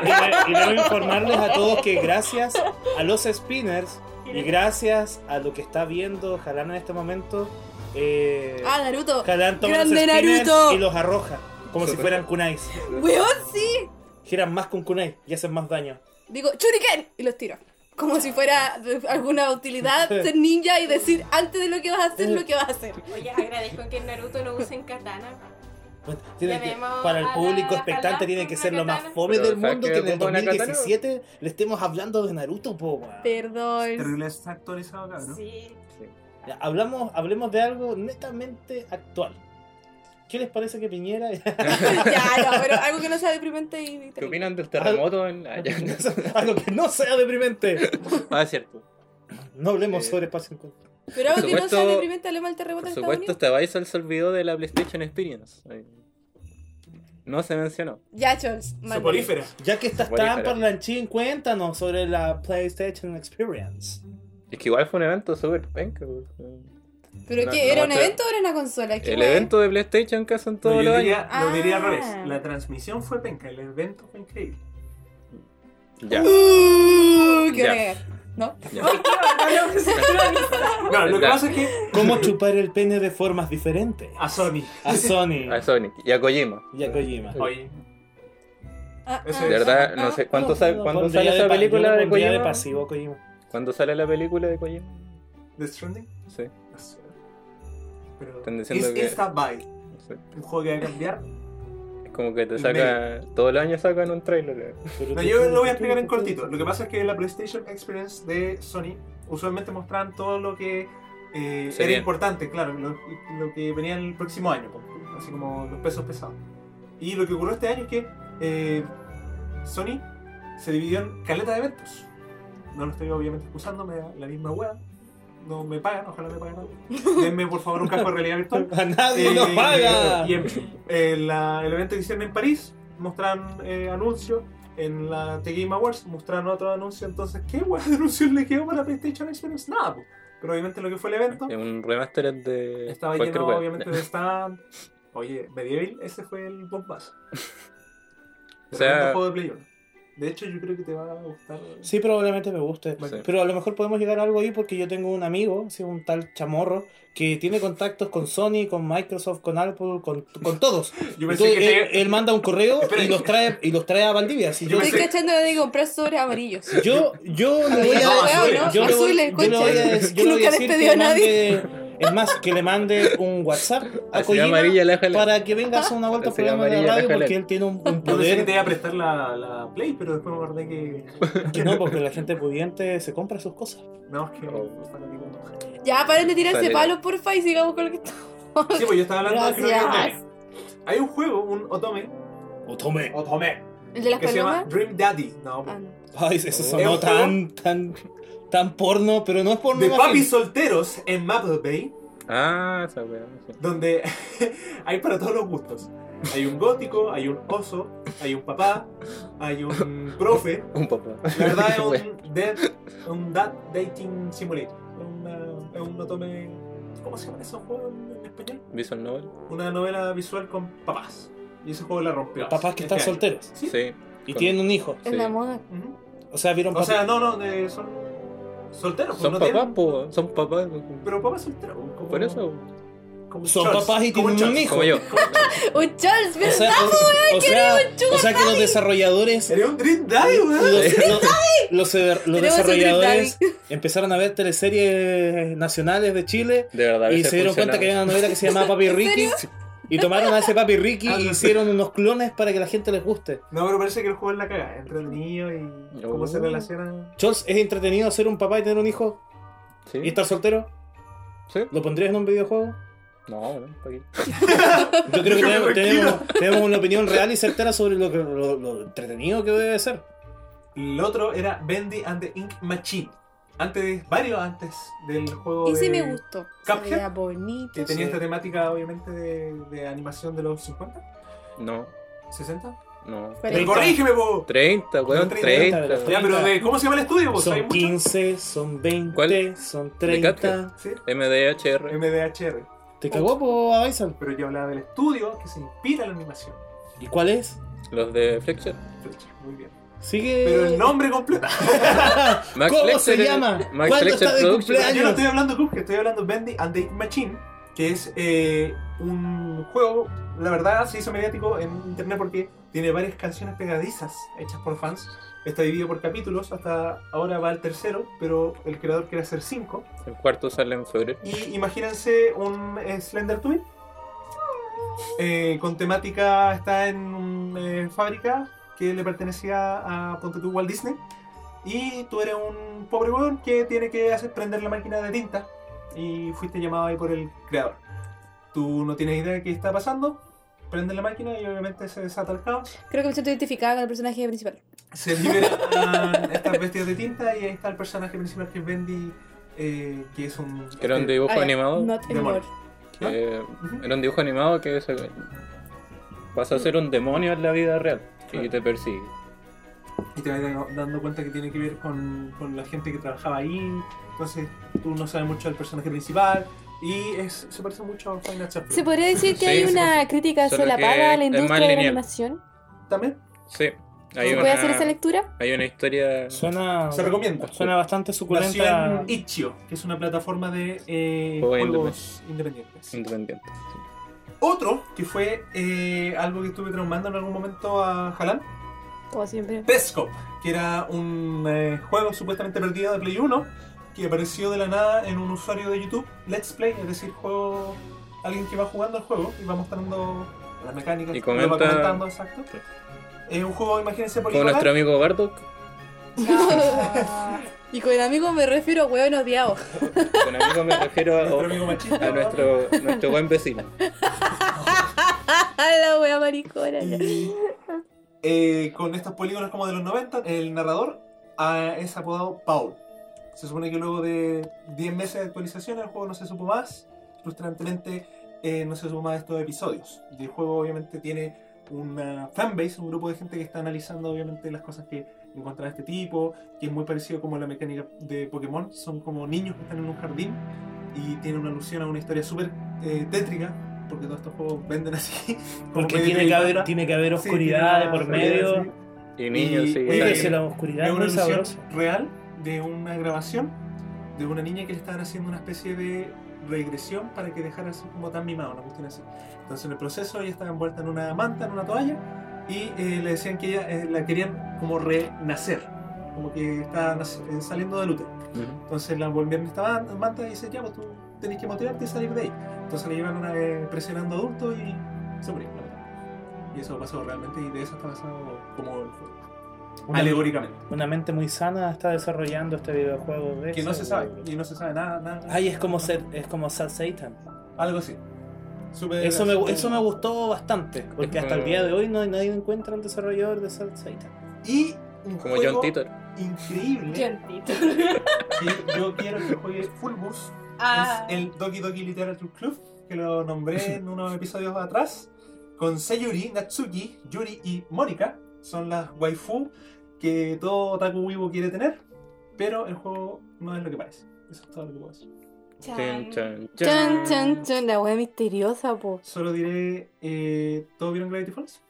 y debo informarles a todos que gracias a los spinners y gracias a lo que está viendo Jalán en este momento, eh,
Ah, Naruto.
Jalán toma los
¡Grande
spinners
Naruto!
y los arroja como si fueran kunais.
¡Weón, sí!
Giran más con kunai y hacen más daño.
Digo, ¡Churiken! Y los tiro. Como si fuera de alguna utilidad ser ninja y decir antes de lo que vas a hacer, lo que vas a hacer.
Oye, agradezco que en Naruto no usen katana.
Bueno, tiene que-
Llamemos
para el
a la-
público
a la-
expectante tiene que ser lo más
katana.
fome
Pero,
del
¿sabes
mundo
qué?
que en el
Pongo una katana.
2017 le estemos hablando de Naruto, po, weón.
Perdón.
Terrible está actualizado acá, ¿no?
Sí.
Ya, Hablamos, hablemos de algo netamente actual. ¿Qué les parece que Piñera
ya, no, pero algo que no sea deprimente y. y
¿Qué
terrible.
opinan del terremoto? En... Ah, ya, no.
algo que no sea deprimente?
Ah, es cierto.
No hablemos
Eh,
sobre espacio en contra.
Pero algo
Por
que no sea
supuesto-
deprimente, hablemos del terremoto
Por
en Estados
supuesto,
Unidos.
este Vice se olvidó de la PlayStation Experience. Eh, No se mencionó.
Ya, Chols.
Se
mándale.
prolifera.
Ya que estás
Buena
tan
idea.
parlanchín, cuéntanos sobre la PlayStation Experience.
Es que igual fue un evento súper penca. pues.
¿Pero
No,
qué?
no,
¿Era un
no, te-
evento o era una consola? ¿Qué
El
weón?
evento de PlayStation que hacen todos
No, yo
los años.
diría, lo diría al
Ah.
revés. La transmisión fue penca, el evento fue increíble.
Ya.
Uh, ¡Qué
Ya.
horror. ¿No?
ya.
No, lo que
Ya.
pasa es que
¿Cómo chupar el pene de formas diferentes?
a Sony.
A Sony
A Sonic y a Kojima.
y a Kojima.
Oye,
Ah,
Eso
De
es-
verdad, no sé cuánto sale, cuándo
Pondría
sale
de
esa
pa- yo
película
lo
de
pondría de
Kojima.
pasivo, Kojima.
¿Cuándo sale la película de Kojima?
Death Stranding.
Sí.
no sé. Pero
Están diciendo
es
que-
Insta Buy,
no sé.
un juego que va a cambiar.
Es como que te
El
saca. Todos los años sacan un eh. trailer.
No, yo lo voy a explicar en cortito. Lo que pasa es que en la PlayStation Experience de Sony usualmente mostraban todo lo que eh,
Se
era
viene.
importante, claro, lo, lo que venía el próximo año, po, así como los pesos pesados. Y lo que ocurrió este año es que eh, Sony se dividió en caleta de eventos. No lo estoy obviamente excusando, me da la misma hueá. No me pagan, ojalá me paguen algo. Denme por favor un casco de realidad virtual.
¡A nadie
Eh,
nos paga!
Y en, en la- el evento que hicieron en París, mostraron eh, anuncios. En la The Game Awards mostraron otro anuncio. Entonces, ¿qué weón de anuncios le quedó para la PlayStation Experience? Nada, po. Pero obviamente lo que fue el
Ah.
evento
Es un remaster de.
estaba
Eh, cualquier
lleno,
wea.
obviamente, de stand. Oye, Medieval, ese fue el bombazo.
O sea-
Tremendo juego de Play uno. De hecho, yo creo que te va a gustar.
Sí, probablemente me guste.
pues.
Sí.
Pero a lo mejor podemos llegar a algo ahí porque yo tengo un amigo, sí, un tal chamorro, que tiene contactos con Sony, con Microsoft, con Apple, con, con todos.
Yo pensé
Entonces,
que
él,
te-
él manda un correo
Espera.
y los trae y los trae a Valdivia. Si
Yo
yo,
me
Estoy
pensé-
cachando de comprar sobres amarillos.
yo, yo le voy a
No, azules,
yo le voy-
azules,
yo le voy a
concha.
decir-
Que
yo le voy a
nunca les
decir
pedí a
que
nadie.
mande- es más, que le mande un WhatsApp a
La ciudad
Kojima
amarilla, la jala.
para que venga a hacer una vuelta al
La ciudad
programa de
amarilla,
la
la
radio
jala.
porque él tiene un, un
Yo pensé que te
poder.
iba a prestar la, la Play, pero después me acordé que. que
No, porque la gente pudiente se compra sus cosas.
No, es que.
Oh.
Ya, paren de tirarse
Sale.
palos, porfa, y sigamos con lo que estamos.
Sí, pues yo estaba hablando de que no había
Gracias.
otome. Hay un juego, un Otome.
Oh,
Otome. Otome.
¿El de las
Que se llama
palomas?
Dream Daddy. No,
Ah, no.
Ay,
Oh.
eso
Es
sonó
un
tan, tan, tan porno, pero no es porno.
de
más bien.
papis solteros en Maple Bay,
Ah, esa wea. sí.
donde hay para todos los gustos. Hay un gótico, hay un oso, hay un papá, hay un profe.
Un papá.
La verdad es
Wea.
un, dead, un dad dating simulator. Es una- Es un Otome. ¿Cómo se llama esos juegos en español?
Visual Novel.
Una novela visual con papás. Y ese juego la rompió.
Papás que
Este
están
año.
solteros.
Sí.
Sí.
Y tienen un hijo.
Es la moda.
O sea, vieron
O sea, no, no, de- son solteros. pues,
Son
no
papás,
tienen-
po, son papás.
Pero papás solteros. pues, como-
Por eso.
como
Son
Charles,
papás y
como
tienen un
Charles.
hijo.
Como yo.
Un Charles,
O
¿verdad?
sea, o, o sea, o sea que los desarrolladores
Sería un Dream Daddy, weón.
los, los- los- los
un
desarrolladores empezaron a ver teleseries nacionales de Chile
De verdad, a
y
veces
se dieron
funciona.
cuenta que había una novela que se llamaba Papi Ricky y tomaron a ese Papi Ricky
Ah,
y
no.
hicieron unos clones para que la gente les guste.
No, pero parece que el juego es la cagada. Entretenido y cómo
Oh.
se relacionan.
Chols, ¿es entretenido ser un papá y tener un hijo
Sí.
y estar soltero?
Sí.
¿Lo pondrías en un videojuego?
No, no, ¿para qué?
Yo
Yo me
creo que tenemos,
imagino.
tenemos- tenemos una opinión real y certera sobre lo, que- lo- lo entretenido que debe ser.
El otro era Bendy and the Ink Machine. Antes, de- varios antes del juego.
Ese
de-
me gustó. Se
Cuphead.
veía bonito.
Que tenía
Sí.
esta temática, obviamente, de, de animación de los 50,
No,
60.
no.
Pero-
30.
¡Corrígeme, po!
30, weón,
30,
30.
de
Ya, pero de, ¿cómo se llama el estudio? po? ¿Sabes
Son
pues, mucho?
15, son 20,
¿Cuál?
son 30.
Sí,
MDHR.
MDHR.
¿Te cagó, po, Avisan?
Pero yo hablaba del estudio que se inspira en la animación.
¿Y cuál es?
Los de Fletcher.
Fletcher, muy bien.
Sigue.
Pero el nombre completo.
Max
¿Cómo
Fletcher
se
era-
llama?
Max
¿Cuándo
Fletcher
está de
Productions.
cumpleaños?
Yo no estoy hablando de Cuphead, estoy hablando de Bendy and the Ink Machine, que es eh, un juego, la verdad, se hizo mediático en internet porque tiene varias canciones pegadizas hechas por fans. Está dividido por capítulos, hasta ahora va el tercero, pero el creador quiere hacer cinco.
El cuarto sale en febrero.
Y imagínense un eh, Slender Twin. eh, con temática está en una fábrica que le pertenecía a Ponte tú, Walt Disney. Y tú eres un pobre huevón que tiene que hacer prender la máquina de tinta. Y fuiste llamado ahí por el creador. Tú no tienes idea de qué está pasando. Prende la máquina y obviamente se desata el caos
Creo que me siento identificada con el personaje principal.
se liberan estas bestias de tinta y ahí está el personaje principal que es Bendy, eh, que es un...
Que era un
eh,
dibujo
Ah, ya.
animado.
Not anymore.
que-
Ujú.
Era un dibujo animado que se... pasa a ser un demonio en la vida real.
Claro.
Y te persigue.
Y te vas dando- dando cuenta que tiene que ver con, con la gente que trabajaba ahí, entonces tú no sabes mucho del personaje principal y es, se parece mucho a Final Chapter.
¿Se podría decir que
Sí,
hay
sí,
una
sí.
crítica
Solo que
solapada a la
es más
industria de la
lineal. Ah.
animación?
También
Sí. Hay
¿Puede
una...
hacer esa lectura?
Hay una historia.
Suena,
se recomienda.
suena bastante
Nació
suculenta.
en Itch.io, que es una plataforma de eh,
Juego
juegos independientes.
Independiente.
Otro, que fue eh, algo que estuve traumando en algún momento a Halan,
Como siempre.
Pesco, que era un eh, juego supuestamente perdido de Play 1 que apareció de la nada en un usuario de YouTube, Let's Play, es decir, juego alguien que va jugando el juego y va mostrando las mecánicas
Y
lo va
comenta-
comentando, exacto. Es un juego, imagínense por
Como nuestro amigo Bardock.
Y con amigo me refiero a hueón odiado.
Con amigo me refiero
nuestro amigo
a,
machista.
a nuestro, nuestro buen vecino.
la wea maricona.
Y, eh, con estos polígonos como de los 90, el narrador ah, es apodado Paul. Se supone que luego de 10 meses de actualización el juego no se supo más. Frustrantemente eh, no se supo más de estos episodios. Y el juego obviamente tiene una fanbase, un grupo de gente que está analizando obviamente las cosas que encuentran este tipo, que es muy parecido como la mecánica de Pokémon. Son como niños que están en un jardín y tiene una alusión a una historia súper eh, tétrica, porque todos estos juegos venden así. como
Porque
medio
tiene que, haber,
creepypasta.
tiene que haber
Sí,
oscuridad de
tiene
por
una
medio.
oscuridad, sí.
Y niño,
Y-
sí.
y-
está
Oye,
bien.
si la
Es
oscuridad es
una
muy
ilusión
sabrosa.
real de una grabación de una niña que le estaban haciendo una especie de regresión para que dejara así como tan mimado, una cuestión así. Entonces en el proceso ella estaba envuelta en una manta, en una toalla, y eh, le decían que ella eh, la querían como renacer, como que estaba nac- eh, saliendo del útero.
Ujú.
Entonces la volvieron esta man- manta y dice, ya, pues tú tenés que motivarte y salir de ahí. Entonces le llevaron eh, presionando adulto y se murió. la verdad. Y eso pasó realmente y de eso está pasado como el juego.
Una-
Alegóricamente.
Una mente muy sana está desarrollando este videojuego. de
Que no
eso,
se sabe.
güey.
Y no se sabe nada, nada.
Ay, es como ser, es como Sad Satan.
Algo así. Súper-
Eso me, eso me gustó bastante. Porque
Es
hasta el
como-
día de hoy no hay nadie encuentra un desarrollador de Sad Satan.
Y un
Como
juego
John Titor.
increíble
Tientito.
que yo quiero que juegue Fulbus
Ah,
es el Doki Doki Literature Club, que lo nombré en unos episodios atrás, con Sayuri, Natsuki, Yuri y Mónica. Son las waifu que todo otaku wibo quiere tener, pero el juego no es lo que parece. Eso es todo lo que puedo decir.
Chan,
chan.
chan,
Chan,
chan.
chan, chan. La wea misteriosa, po.
Solo diré, eh, ¿todos vieron Gravity Falls?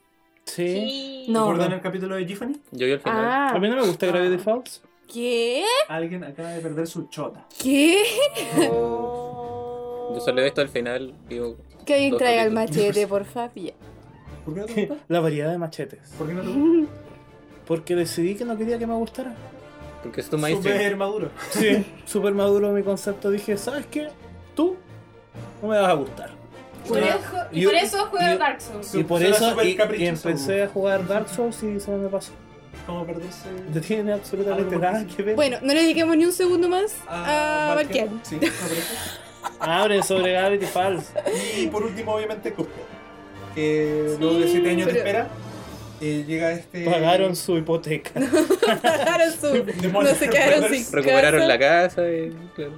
Sí.
No.
¿Recuerdan el capítulo de Giffany?
Yo vi el final.
A
Ah,
mí no me gusta Gravity Falls.
¿qué?
Alguien acaba de perder su chota.
¿Qué?
Yo solo he visto el final y digo,
Que alguien
Dos
traiga el
capítulos.
machete, por favor.
¿Por qué no te gusta?
La variedad de machetes.
¿Por qué no te gusta?
Porque decidí que no quería que me gustara.
porque es tu maestro.
Super maduro.
Sí. Súper maduro mi concepto. Dije, ¿sabes qué? Tú no me vas a gustar.
Por eso, y
Yo-
por eso juego
yo-
Dark Souls.
Y
Su-
por
suena
eso
súper
y- y,
caprichoso.
empecé a jugar Dark Souls y se me pasó.
¿Cómo perderse?
No tiene absolutamente
Algo
nada
buenísimo.
que ver.
Bueno, no le dediquemos ni un segundo más
Ah,
a Valkyrie.
Sí, ¿no parece?
Abren sobre Gravity Falls.
Y por último, obviamente, Cuphead. Que luego de 7 años de
pero-
espera, eh, llega este.
Pagaron su hipoteca.
Pagaron su. No se quedaron sin.
Recuperaron
casa.
la casa y. Claro.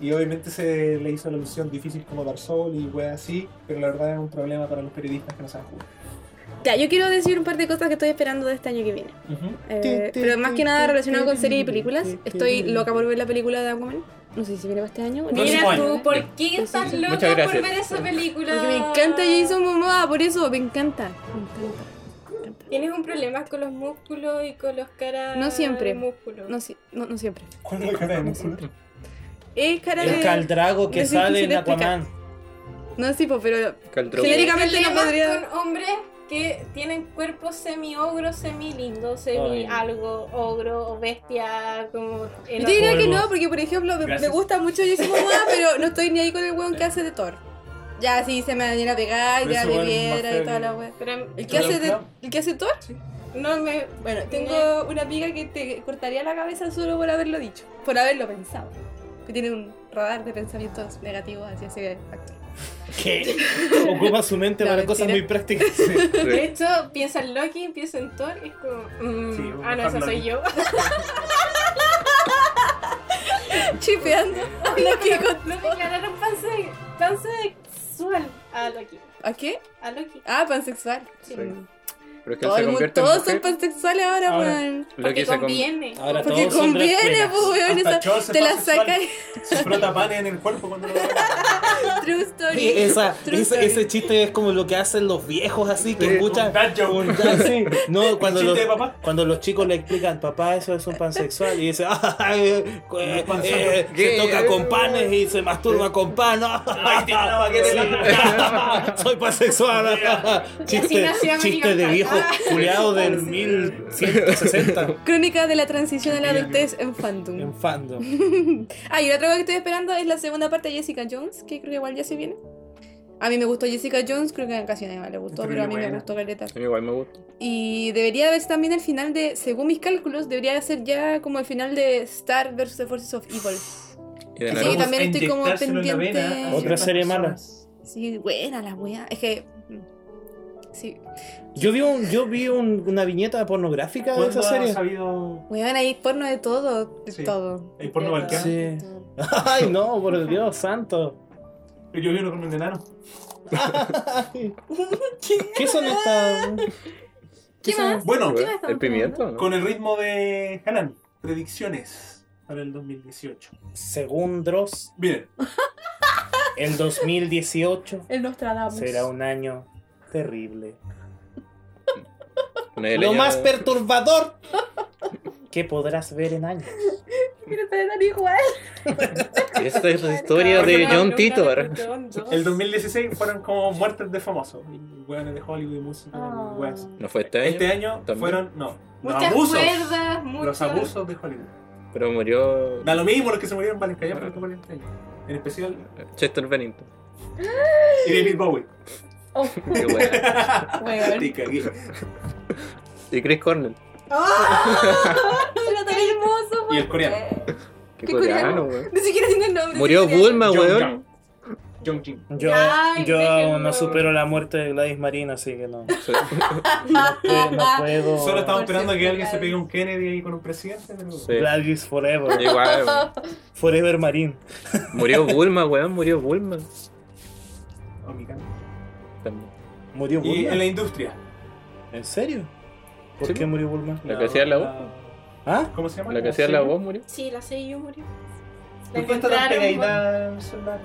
Y obviamente se le hizo la alusión difícil como Dark Souls y weas así, pero la verdad es un problema para los periodistas que no saben jugar.
Ya, yo quiero decir un par de cosas que estoy esperando de este año que viene. Eh, pero más que nada relacionado con series y películas. Estoy loca por ver la película de Aquaman. No sé si viene para este año.
Próximo
Mira
año.
tú, ¿por qué estás loca
Muchas
por
gracias.
ver esa película?
Porque me encanta Jason Momoa, por eso me encanta. Me encanta.
Tienes un problema con los músculos y con los caras.
No siempre.
Músculos.
No, si- no, no siempre.
¿Cuál es la cara de músculo?
Es cara
El
de.
caldrago que
Es difícil
sale en
de explicar.
Aquaman.
No, sí, po, pero.
Caldrogo.
Sí,
Tienes
Técnicamente no
problemas
podría-
con hombres que tienen cuerpos semi-ogro, semi-lindo, semi-algo, ogro o bestia, como. el
Yo diría
otro.
que no, porque por ejemplo, me, me gusta mucho Jason Momoa, pero no estoy ni ahí con el weón que hace de Thor. Ya, sí, se me dañó a pegar,
Pero
ya
ese
de
weón es más
piedra
feo
y toda
que-
la weón.
Pero
¿El que, hace de, ¿El que hace Thor?
no me.
Bueno,
Tiene-
tengo una amiga que te cortaría la cabeza solo por haberlo dicho, por haberlo pensado. Que tiene un radar de pensamientos negativos hacia ese actor.
¿Qué? Ocupa su mente
La
para cosas
mentira.
muy prácticas.
De hecho, piensa en Loki, piensa en Thor y es como. mm,
Sí, un
ah, no, esa
fan
soy
Loki.
yo.
Chipeando a Loki con-
No declararon panse- pansexual a Loki.
¿A qué?
A Loki.
Ah, pansexual.
Sí.
Mm.
Pero es que él
Todo
se
el mundo-
convierte en
todos son
mujer,
pansexuales ahora,
Ahora,
weón.
lo que
Porque
se convierte.
conviene.
Ahora
Porque
todos son
conviene,
recuelas.
pues, weón.
Hasta
esa-
Chol se
Te la
pansexual.
sacas.
Se frota panes en el cuerpo cuando lo ve.
True story.
Sí, esa-
True
ese,
story.
ese chiste es como lo que hacen los viejos así que
Sí,
escuchan
un dad joke.
un dad- sí. no cuando
chiste
los,
de papá?
cuando los chicos le explican papá eso es un pansexual y dice "Ah, eh, eh, eh, se
¿Qué?
toca con panes y se masturba con pan no".
Ay, tiene una baguette en la-
soy pansexual
Y así
chiste,
nació
chiste de
American Pie. Ah.
viejo culeado del 1160
Crónica de la transición a la adultez en Phantom.
en fandom
Ah, y la otra cosa que estoy esperando es la segunda parte de Jessica Jones, que creo que igual ya se viene. A mí me gustó Jessica Jones, creo que a casi a nadie más le gustó,
Pero
pero a mí
buena.
me gustó Caleta.
A mí igual me gusta.
Y debería verse también el final de, según mis cálculos, debería ser ya como el final de Star vs. The Forces of Evil.
Y de
Sí,
Naruto.
también estoy como
Inyectárselo en la
pendiente.
vena a
Otra
ciertas
serie mala.
personas.
Sí, buena la wea. Es que. mm, Sí.
yo vi un, yo vi un- una viñeta pornográfica de
¿Cuándo
esa
has
serie
sabido?
Weón, ahí porno de todo. De
Sí.
todo.
Hay porno balcán.
Sí. ay no por Dios santo
Yo vi uno con un enano.
¿Qué son estas?
¿Qué más?
Bueno,
Güey, ¿El pimiento? ¿no?
con el ritmo de Hanan, predicciones para el 2018.
Según Dross,
Miren,
el 2018
El Nostradamus.
será un año terrible.
Una
Lo
leña-
más perturbador que podrás ver en años.
Pero te dan igual.
Esta es la historia de John Titor.
el 2016 fueron como muertes de famosos. Y Weones de Hollywood y música.
Ah.
y weas.
No fue este año,
Este año
También.
fueron, no, los
Muchas
abusos.
cuerdas, muchos.
Los abusos de Hollywood.
pero murió
Da lo mismo los que se murieron en Valencia, pero que murieron este año. En especial,
Chester Bennington.
y David Bowie.
Qué buena.
Te cagué.
Y Chris Cornell.
Era tan hermoso,
Y el coreano.
Qué,
Qué
coreano,
coreano.
weón.
Ni siquiera tiene el nombre.
Murió
Bull
Bulma, weón.
Jong. Jong Jin.
Yo,
Ay,
yo
déjenlo.
no supero la muerte de Gladys Marina, así que no.
Sí.
No puedo. no puedo.
Solo estamos
Por
esperando a que
cierto,
alguien se
claro.
pegue un Kennedy ahí con un presidente. Pero...
Sí.
Gladys Forever.
Igual, weón.
Forever Marín.
Murió Bulma, weón. Murió Bulma.
O mi cara.
También.
¿Murió
Y en
Bulma?
la industria.
¿En serio? ¿Por
Sí.
qué murió Bulma?
La que hacía la voz.
¿Ah?
¿Cómo se llama?
La que hacía la
serie?
voz murió.
Sí, la serie yo murió. La
¿Por qué está tan
encontraron,
pegadita al celular?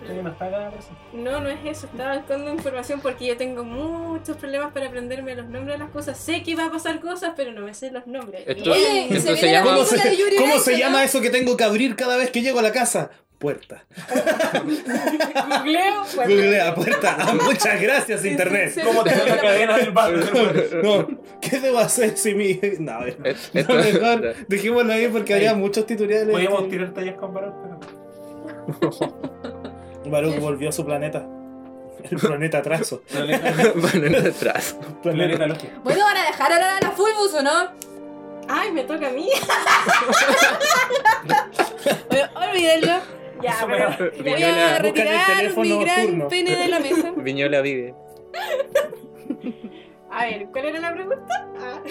¿Usted más paga?
No, no es eso, estaba buscando información porque yo tengo muchos problemas para aprenderme los nombres de las cosas. Sé que va a pasar cosas, pero no me sé los nombres.
Esto-
Oye,
esto
se
se
viene la
llama-
¿Cómo
película de
se,
Yuri
cómo
Geller,
se
¿no?
llama eso que tengo que abrir cada vez que llego a la casa? Puerta.
Googleo, bueno.
Googlea, puerta. Ah, muchas gracias, internet.
¿Cómo te da la cadena del barrio?
No, ¿qué debo hacer si mi. No, a ver.
Et-
No,
esto-
mejor dejémoslo ahí porque había muchos tutoriales.
Podríamos
que-
tirar tallas con Baruch, pero no.
Baruch volvió a su planeta. El planeta atraso.
Bueno, no atrás.
Planeta.
Bueno, van a dejar hablar a la Fulbus, ¿o no?
Ay, me toca a mí.
Bueno, olvídenlo.
Ya,
Eso me
pero-
da-
Voy a
Viñola,
Busca en el
retirar
teléfono
mi gran
nocturno.
pene de la mesa.
Viñola vive.
A ver, ¿cuál era la pregunta? Ah,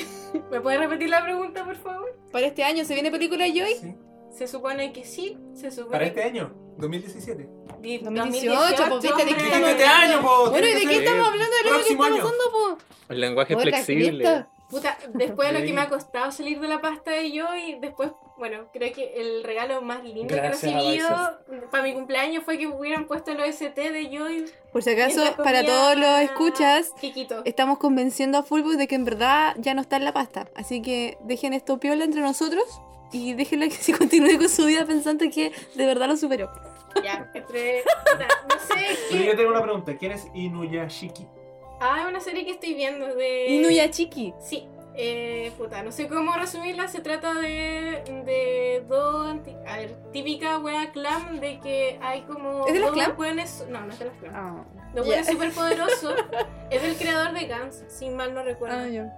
¿Me puedes repetir la pregunta, por favor?
Para este año, ¿se viene película Joy?
Sí.
Se supone que sí, se supone
Para este año, 2017.
que...
2018, pues, viste,
hombre.
¿de
¡Quítame este año, po!
Bueno, ¿y de qué
Sí.
estamos hablando? ¿De lo que
Próximo
está
año.
pasando, po?
El lenguaje
Puta,
flexible.
Cristo.
Puta, después de lo que me ha costado salir de la pasta de yo y después, bueno, creo que el regalo más lindo
Gracias
que
a
recibí yo para mi cumpleaños fue que hubieran puesto el OST de yo y
Por si acaso,
mientras
para
comía
todos los escuchas,
Kikito.
estamos convenciendo a Fulbus de que en verdad ya no está en la pasta. Así que dejen esto piola entre nosotros y déjenla que se continúe con su vida pensando que de verdad lo superó.
Ya, entre... o sea, no sé
Pero
qué...
yo tengo una pregunta. ¿Quién es Inuyashiki?
Ah, es una serie que estoy viendo de...
Inuyachiki.
Sí, eh, puta, no sé cómo resumirla. Se trata de, de dos. anti- A ver, típica wea clan de que hay como.
¿Es de las
dos
clan?
weones- no, no es de las clan.
Ah,
Dos
ya.
weones superpoderosos. es del creador de Gans, si mal no recuerdo.
Ah, ya.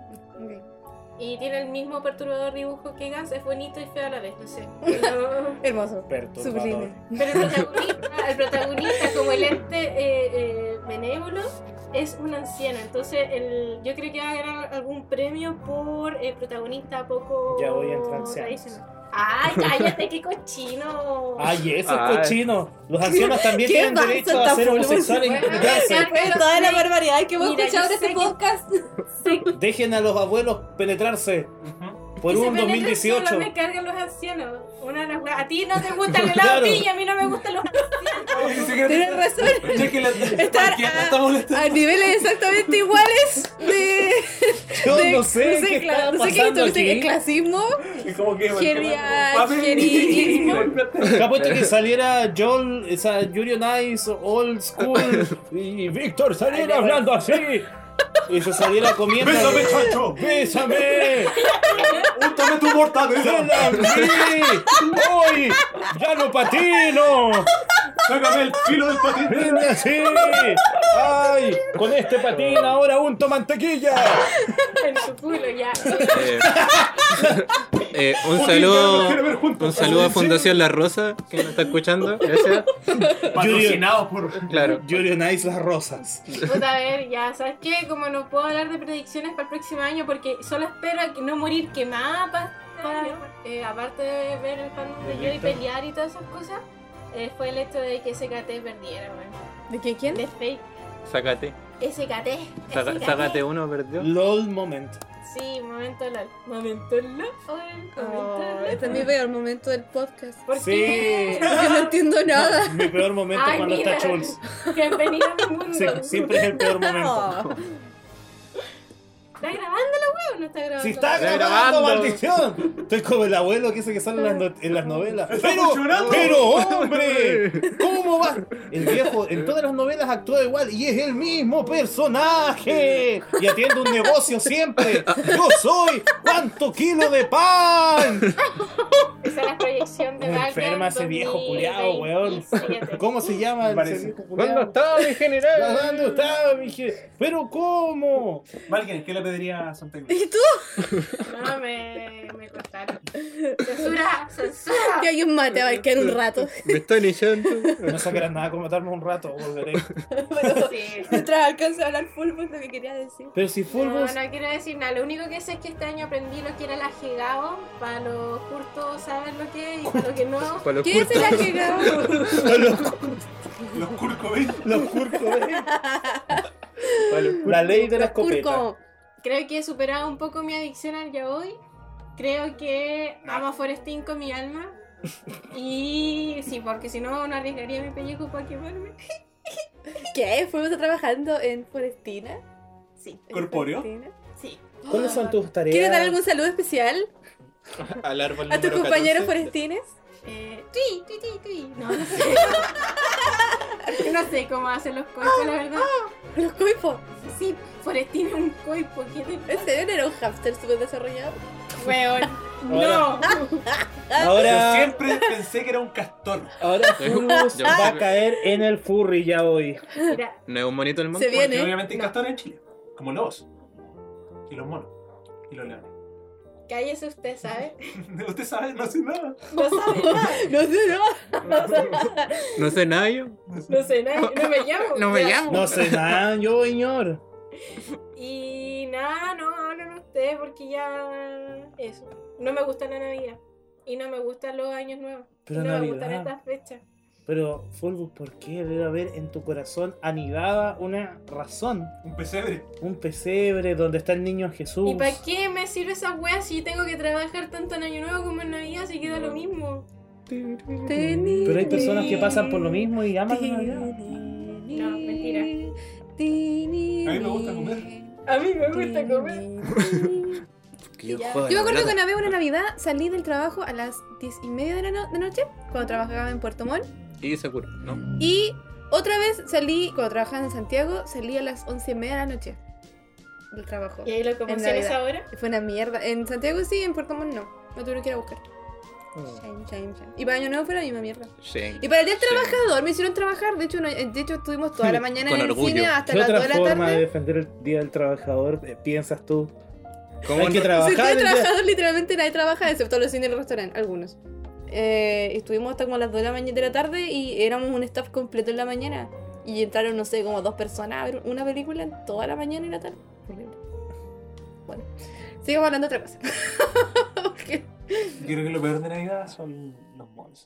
Y tiene el mismo perturbador dibujo que Gans. Es bonito y feo a la vez, no sé. Pero,
Hermoso.
Perturbador.
Sublime.
pero el protagonista, el protagonista, como el ente eh, eh, benévolo. Es una anciana, entonces el, yo creo que va a ganar algún premio por eh, protagonista poco
Ya voy a entrar ancianos.
tradicional. Ay, cállate, qué cochino.
Ay, eso
Ay.
es cochino. Los ancianos también
¿Qué
tienen
pasa,
derecho a
tan
ser
fulvo?
homosexuales.
Bueno,
independientes.
ya, pero
Toda la
sí,
barbaridad que hemos
Mira,
escuchado
yo
en este
sé que-
podcast.
sí, que
Dejen a los abuelos penetrarse por
se
un
penetran
2018.
solo me cargan los ancianos. Una de las weas- A ti no te gusta el helado
Claro.
piña, a mí no me gustan los
Oye, ni
ancianos.
siquiera-
Tienes razón.
Ya que la-
Estar
cualquiera
a-
está molestando.
A niveles exactamente iguales de.
Yo
de-
no sé qué
cla-
está
no sé qué
pasando
esto, no sé qué,
aquí.
clasismo.
Y como que.
Geria-
Papi,
gerismo.
Te apuesto que saliera Joel, esa Yuri Nice, Old School y Víctor saliera hablando así. Y se saliera comiendo.
¡Bésame, chacho!
¡Bésame!
¡Úntame tu
¡Te
mortadela!
la vi! ¡Voy! ¡Ya no patino!
¡Sácame el filo del patín!
¡Ven así! ¡Ay! Con este patín ahora unto mantequilla.
En tu culo, ya.
Eh, eh, un
Putin, ya nos quiere ver
saludo.
juntos.
Pues,
Un saludo a Fundación La Rosa, que nos está escuchando. Gracias.
Patrocinado por.
Claro.
Yuri on Ice, las rosas.
Puta, a ver, ya, ¿sabes qué? Como no puedo hablar de predicciones para el próximo año porque solo espero a que no morir quemada pa- para- eh, aparte de ver el fandom de yo y pelear y todas esas cosas, eh, fue el hecho de que SKT perdiera, weón.
¿De qué quién?
De fake.
Sácate.
SKT.
Saca- Sácate uno, perdió.
LOL moment.
Sí, momento LOL. Momento LOL. Momento LOL.
este es mi peor momento del podcast.
¿Por
Sí.
qué?
Porque no entiendo nada.
Mi peor momento
Ay,
cuando
mira.
está Jules.
Bienvenido a mi mundo.
Sí, siempre es el peor momento.
¿Está grabando la wea o no está grabando?
Si está
Está
grabando,
grabando.
maldición. Estoy como el abuelo que dice que sale en las, no- en las novelas.
Estamos
Pero,
llorando.
pero, hombre, ¿cómo va? El viejo en todas las novelas actúa igual y es el mismo personaje. Y atiende un negocio siempre. Yo soy cuánto kilo de pan.
Esa es la proyección de
Me
Wagner
enferma ese viejo
2027.
culiao, weón. ¿Cómo se llama el
Parece.
viejo
¿Dónde
culiao?
está mi general?
¿Dónde está? mi je- Pero, ¿cómo?
Valkyrie, ¿qué le pediría a Santa Cruz?
¿Y tú?
No, me, me cortaron. Censura, censura.
Que alguien mate a Valkyrie un rato.
Me están hinchando.
No sacarás nada con matarme un rato. Volveré.
Sí.
Mientras alcance a hablar Fulbus lo que quería decir.
Pero si Fulvos.
No, no quiero decir nada. Lo único que sé es que este año aprendí lo que era la Gigao. Para los curtos saben lo que es y para los que no.
Para los
¿Qué es
curtos.
el ajeno?
Los Kurkovich.
Los curcos. ¿eh?
Para los curtos.
La ley de la
Los
escopeta.
Curco.
Creo que he superado un poco mi adicción al yaoi. Creo que amo a Forestín con mi alma. Y sí, porque si no, no arriesgaría mi pellejo para quemarme.
¿Qué? ¿Fuimos a trabajando en Forestina?
Sí.
¿En
¿Corpóreo?
Forestina?
Sí.
¿Cuáles son tus tareas?
¿Quieres dar algún saludo especial
Al árbol
a tus
número
compañeros
14.
forestines?
Eh, tui, tui, tui, tui. No, no sé. no sé cómo hacen los coipos, la verdad.
Los coipos.
Sí, Forestina es un coipo. ¿Qué te
¿En serio era un hámster súper desarrollado?
Weón. No.
Ahora. Ahora,
Yo siempre pensé que era un castor.
ahora Furus
Yo-
va a caer en el furry ya hoy.
Mira,
¿No es un monito el
Se
monte?
Porque
viene.
obviamente hay castores en Chile. Como lobos. Y los monos. Y los leones.
cállese usted, ¿sabe?
Usted sabe, no sé nada.
No sabe nada.
No sé, no.
No sé nada yo.
No sé nada. No me llamo.
No me
Ya.
llamo.
No sé nada, yo, señor.
Y nada, no hablen ustedes porque ya. Eso. No me gusta la Navidad. Y no me gustan los años nuevos.
Pero
y no me gustan
Navidad.
estas fechas.
Pero, Fulvus, ¿por qué debe haber en tu corazón anidada una razón?
Un pesebre.
Un pesebre donde está el niño Jesús.
¿Y para qué me sirve esa wea si tengo que trabajar tanto en Año Nuevo como en Navidad? Si queda lo mismo.
Pero hay personas que pasan por lo mismo y aman la Navidad.
No, mentira.
A mí me gusta comer.
A mí me gusta comer.
Yo me acuerdo que una vez una Navidad salí del trabajo a las diez y media de la no- de noche, cuando trabajaba en Puerto Montt.
Y seguro, ¿no?
Y otra vez salí, cuando trabajaba en Santiago, salí a las once y media de la noche del trabajo.
¿Y ahí lo convenciones
Navidad.
ahora?
Fue una mierda. En Santiago sí, en Puerto Montt no. Me tuvieron que ir a buscar. Shame, shame, shame. Y para Año Nuevo fue la misma mierda.
Sí.
Y para el Día del
Sí.
Trabajador me hicieron trabajar. De hecho, no- de hecho estuvimos toda la mañana
Con
en el
orgullo.
cine hasta
¿Qué
las
otra
2 de la
forma de
tarde.
defender el Día del Trabajador eh, piensas tú?
¿Cómo
Hay que
no?
Si
trabajar.
el
el
Día
día-
del Trabajador literalmente nadie trabaja, excepto los cines y los restaurantes, algunos. Eh, estuvimos hasta como las 2 de la mañana de la tarde y éramos un staff completo en la mañana. Y entraron, no sé, como dos personas a ver una película en toda la mañana y la tarde. Bueno, sigamos hablando de otra cosa. Porque-
Yo creo que lo peor de Navidad son los monos.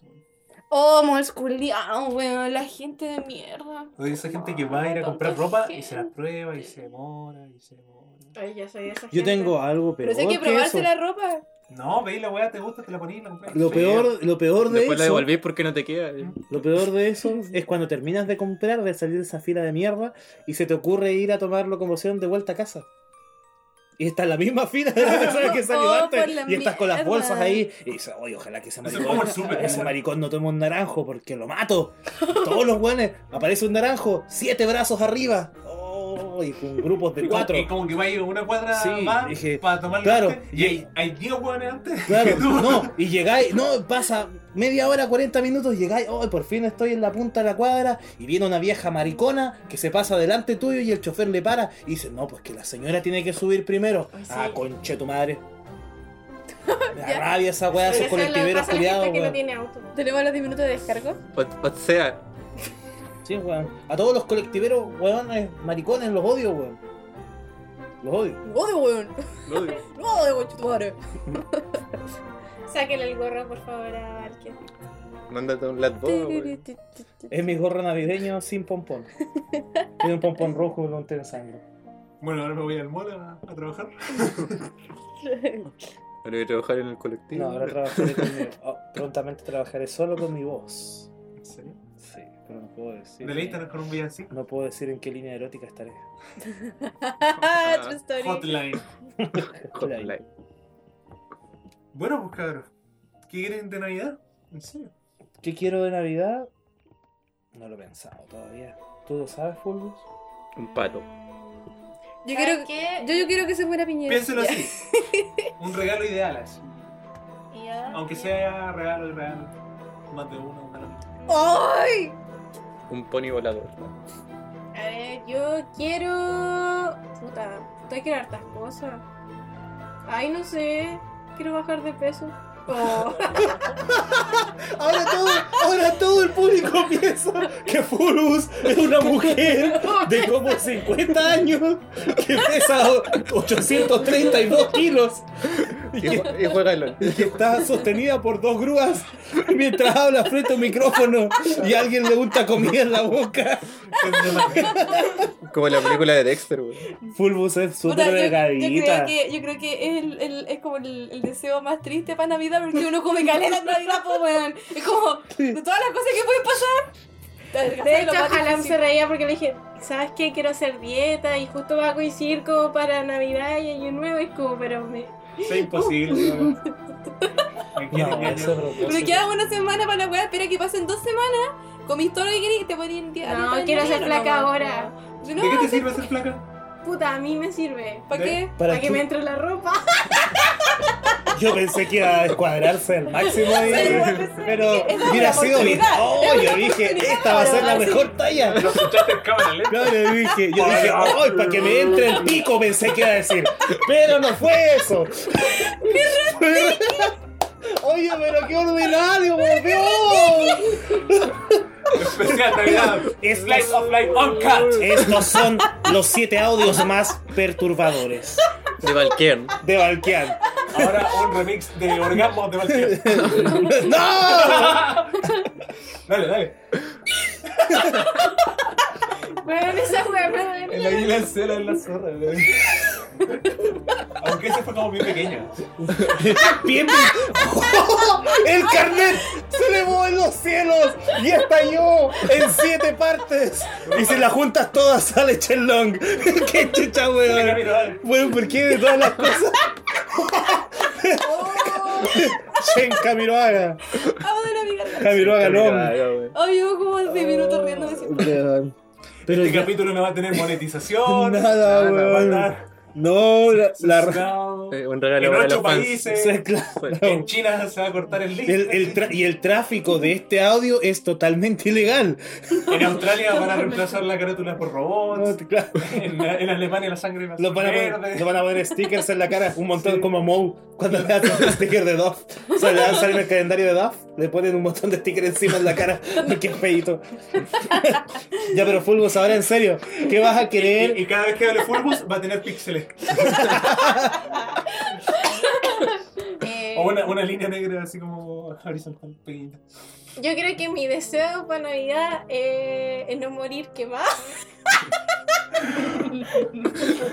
Oh, molesculiao, weón, la gente de mierda.
O esa gente que va a ir a comprar ropa y se la prueba y se demora y se demora.
Ay, ya soy de esa
Yo
gente.
tengo algo peor.
Pero sé que probarse
eso.
la ropa.
No, veis la weá, te gusta, te la ponís y la compras.
Lo peor, lo peor de
Después la
eso.
devolví porque no te queda.
Lo peor de eso es cuando terminas de comprar, de salir de esa fila de mierda y se te ocurre ir a tomar locomoción de vuelta a casa. Y está en la misma fila de la persona que salió
Oh,
antes.
por la
Y estás con las
mierda.
bolsas ahí. Y dices, oye, ojalá que ese
Eso es
maricón,
como el súper.
ese maricón no tome un naranjo porque lo mato. Todos los guanes, aparece un naranjo, siete brazos arriba. Oh, y con grupos de cuatro.
Es como que va a ir una cuadra
Sí,
más
dije,
para tomar
claro,
Y hay, hay 10 weones antes.
Claro, no, y llegáis, no, pasa media hora, 40 minutos, llegáis, oh, por fin estoy en la punta de la cuadra, y viene una vieja maricona que se pasa delante tuyo y el chofer le para y dice, no, pues que la señora tiene que subir primero.
Ay, sí.
Ah, conche tu madre. Me da
Ya.
rabia esa weá, esos
Pero eso es lo que
colectiveros
pasa a la
culiados,
gente que no
weón.
tiene auto.
Tenemos los 10 minutos de descargo.
O, o sea,
Sí, weón. A todos los colectiveros, weones, maricones, los odio, weón. Los odio.
¡Gode, weón!
no, digo,
¡Gode, weón, chutumare!
Sáquenle el gorro, por favor, a alguien.
mándate un lat güey.
Es mi gorro navideño sin pompón. Tiene un pompón rojo, no tiene sangre.
Bueno, ahora me voy al mall a, a trabajar.
Ahora voy a trabajar en el colectivo.
No, ahora trabajaré con mi- oh, prontamente trabajaré solo con mi voz.
¿En serio?
Sí, pero no puedo decir.
De la Instagram con un villancico.
No puedo decir en qué línea erótica estaré.
True story.
Hotline.
Hotline.
Bueno, pues cabros. ¿Qué quieren de Navidad? ¿En serio?
¿Qué quiero de Navidad? No lo he pensado todavía. ¿Tú lo sabes, Fulvus?
Un pato.
Yo quiero,
que.
yo, yo quiero que se muera Piñera.
Piénselo así. Un regalo ideal así.
Ya.
Aunque sea regalo y regalo. Más de uno, una la
¡Ay!
Un pony volador. ¿no?
A ver, yo quiero. Puta, estoy quiero hartas cosas. Ay, no sé. Quiero bajar de peso. Oh.
Ahora todo, ahora todo el público piensa que Fulvus es una mujer de como 50 años que pesa 832 kilos.
Y, ju- y juega el LOL.
que está sostenida por dos grúas mientras habla frente a un micrófono y alguien le unta comida en la boca.
Como la película de Dexter, güey.
Fulbus
Puta,
es súper
yo, yo creo
delgadita.
que, yo creo que es, el- el- es como el, el deseo más triste para Navidad porque uno come caleta en Navidad, po, weón. Es como de todas las cosas que pueden pasar.
De hecho, Halam se reía porque le dije, ¿sabes qué? Quiero hacer dieta y justo va a coincidir como para Navidad y Año Nuevo. Es como, pero me...
Eso es imposible. weón. Me quieren
No,
engañar.
eso es propósito.
Pero queda una semana para la weá, espera que pasen dos semanas, comís todo lo que querés y te ponís en día.
No, quiero ser flaca ahora.
¿De qué te sirve ser flaca?
Puta, a mí me sirve.
¿Para
De-
qué?
Para,
Para
que
tú-
me entre la ropa.
Yo pensé que iba a descuadrarse al máximo y- pero
Esa es
hubiera
una
sido bien.
oportunidad,
Oh, yo dije, esta va a ser la mejor talla.
Lo escuchaste en cámara lenta.
Claro, yo dije, yo dije, ay, para que me entre el pico, pensé que iba a decir. Pero no fue eso. Oye, pero qué ordinario, por Dios.
Especial Navidad. Slice of Life Uncut.
Estos son los siete audios más perturbadores
De Valkern.
de Valkean.
Ahora un remix de orgasmos de Valkyrie.
¡No!
Dale, dale.
Bueno, esa wea me duele.
El águila en cera en la zorra, weón. Aunque ese fue como bien pequeño.
Bien, ¡El carnet se elevó en los cielos y estalló en siete partes! Y si las juntas todas sale Chelong. ¡Qué chucha, weón!
Este
Bueno, ¿por qué de todas las cosas?
Oh.
Chen Camiroaga.
Vamos Oh, de Navidad.
Camiroaga, no.
Ay, yo como
Oh.
10 minutos riéndome siempre.
Weón. Pero
Este
ya-
capítulo no va a tener monetización.
Nada,
no va a
weón.
estar
No, la. la-
censurado.
Eh, un
En
regalo para
ocho
los fans.
países. En China se va a cortar el link.
El- el tra- y el tráfico de este audio es totalmente ilegal.
En Australia van a reemplazar la carátula por robots.
Claro.
En, en Alemania la sangre va a
Los
ser
van, a
verde.
poner, los van a poner stickers en la cara, un montón como Moe cuando le hacen un sticker de Duff. O sea, le salen el calendario de Duff, le ponen un montón de stickers encima en la cara, porque es feito. ya, pero Fulgus, ahora en serio, ¿qué vas a
Y,
querer?
y cada vez que hable Fulbus va a tener píxeles.
Eh,
O una, una línea negra así como horizontal pequeñita.
Yo creo que mi deseo para Navidad eh, es no morir quemada.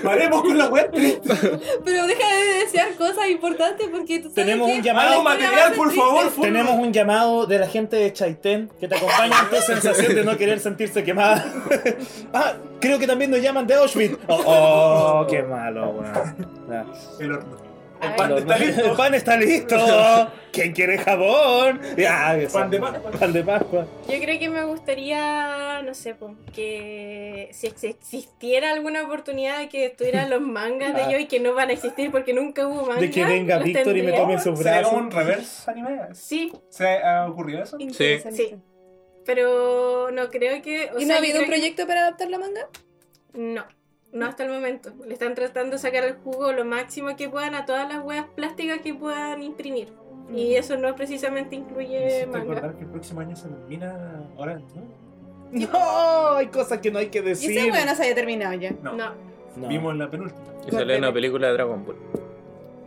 Paremos con la web triste.
Pero deja de desear cosas importantes porque tú sabes
Tenemos
que-
un llamado.
Algo material, por favor, Fulbus.
Tenemos un llamado de la gente de Chaitén que te acompaña en tu sensación de no querer sentirse quemada. ah, creo que también nos llaman de Auschwitz. Oh, oh, qué malo, weón. Ya.
El horno.
Ay,
El pan está
El
listo.
pan está listo. ¿Quién quiere jabón? Ya, esa-
Pan de Pascua.
Pan de Pascua.
Yo creo que me gustaría, no sé, po, que si ex- existiera alguna oportunidad de que estuvieran los mangas de yo y que no van a existir porque nunca hubo manga.
Ah. De que venga
los
Víctor y me
tendría.
tome en sus
Sería como
brazos.
un reverse anime.
Sí,
¿Se ha ocurrido eso?
Interesante.
Sí. pero no creo que. o
¿Y no
sea,
ha
yo
habido un
creo que-
proyecto para adaptar la manga?
No, no hasta el momento. Le están tratando de sacar el jugo lo máximo que puedan a todas las huevas plásticas que puedan imprimir.
Mm.
Y eso no precisamente incluye
Necesito
manga.
recordar que el próximo año se termina ahora, ¿no?
No, hay cosas que no hay que
Y ese
decir.
weón se haya terminado ya.
No.
No.
No.
Vimos la penúltima.
Y salió una película de Dragon Ball.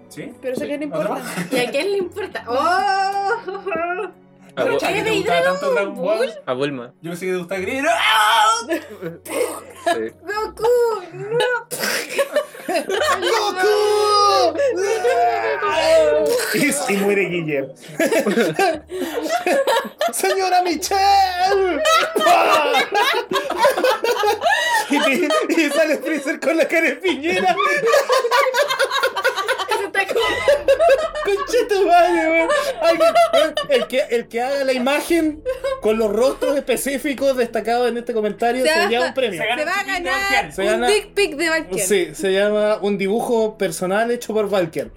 ¿Sí? ¿Ah,
Pero eso
Sí.
que no
¿Otra
importa.
más?
¿Y a quién le importa? ¡Oh!
A, Bu-
Chacha, que
¿Eh,
te gustaba tanto Dragon
Ball?
Ball?
a Ah, Bulma.
Yo pensé que te gustaba Green.
Sí.
¡Goku! ¡No!
¡Goku! y, y muere Guillermo. ¡Señora Michelle! ¡Ah! y, y sale Freezer con la cara de piñera.
Eso está como...
Conche tu madre, weón. Alguien- weón, El que, el que haga la imagen con los rostros específicos destacados en este comentario
Se
se
va-
lleva un premio.
Se va a ganar
Se gana-
un big pic de Valkyrie.
Sí, se llama un dibujo personal hecho por Valkyr.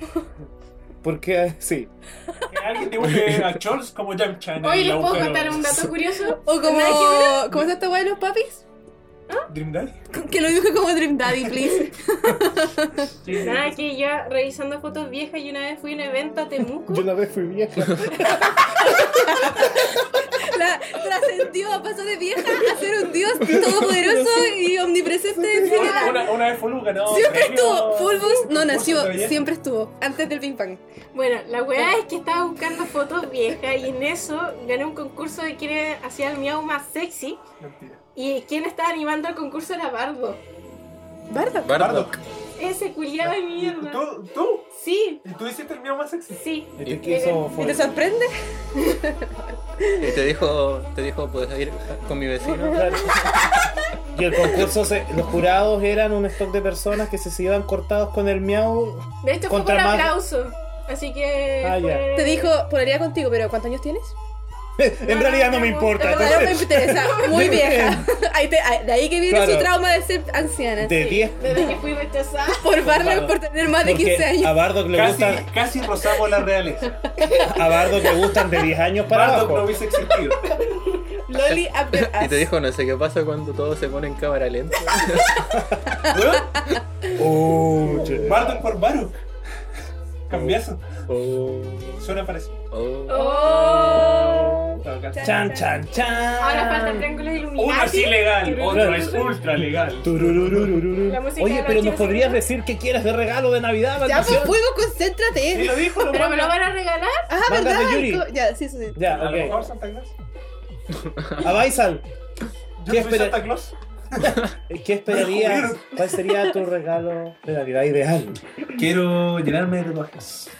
Porque, sí.
Que alguien dibuje a Chols como Jam Chan.
Oye, ¿les puedo contar un dato curioso?
O como.
Nada que ver.
¿Cómo se esta weá de los papis?
Dream Daddy.
Que lo dibuje como Dream Daddy, please.
Nada, que yo revisando fotos viejas y una vez fui a un evento a Temuco.
Yo una vez fui vieja.
La trascendió a paso de vieja a ser un dios todopoderoso y omnipresente en cine.
Una, una, una vez Fulu ganó.
Siempre
premio-
estuvo. Fulbus no
concurso
nació,
de belleza.
siempre estuvo. Antes del Big Bang.
Bueno, la weá es que estaba buscando fotos viejas y en eso gané un concurso de quién hacía el miau más sexy.
Mentira.
¿Y quién está animando el concurso era Bardo?
¿Verdad?
Bardock.
Ese culiado de mierda.
¿Tú? ¿Tú?
Sí,
¿Y tú hiciste el mío más sexy?
sí.
Este que hizo
¿Y
fue.
te sorprende?
Y te dijo, te dijo, puedes ir con mi vecino.
Claro. Y el concurso, se- los jurados eran un stock de personas que se se iban cortados con el miau.
De hecho fue
Contra
por
Mar-
aplauso. Así que.
Ah, ya.
fue-
Te dijo, polaría contigo, pero ¿cuántos años tienes?
En realidad no me importa.
En verdad no me
entonces,
interesa. Muy vieja. Ahí te- ahí- de ahí que viene
Claro.
su trauma de ser anciana.
de 10.
Desde que fui rechazada.
Por Bardock
Claro.
por tener más Ah, de 15
Porque a
años.
Bardock le
Casi,
gustan,
casi rozamos la realeza.
a Bardock le gustan de 10 años para
Bardock no
abajo.
hubiese existido.
Loli up your
Y te
ass.
dijo, no sé qué pasa cuando todo se pone en cámara lenta.
Weón,
Oh, che.
Bardock por Baruch. Cambiazo.
Oh,
Suena parecido.
oh.
Oh.
Todo acá.
Chan, chan, chan.
Ahora falta el triángulo iluminado.
Uno es ilegal, otro es ultra legal.
Tururururururu.
La música de
Oye,
los
pero nos
chinos.
podrías decir qué quieres de regalo de Navidad,
Ya, pues,
maldición.
Fuego, concéntrate.
Sí, lo dijo, lo
Pero me
manda.
lo van a regalar.
Ah,
Mangas
¿verdad?
de Yuri.
Co- Ya, sí, sí.
Ya,
A lo
ok.
mejor Santa Claus.
Abaisal,
Yo
¿Qué
soy
espera- eh,
Santa Claus.
¿qué esperarías? ¿Cuál sería tu regalo de Navidad ideal?
Quiero llenarme de tatuajes.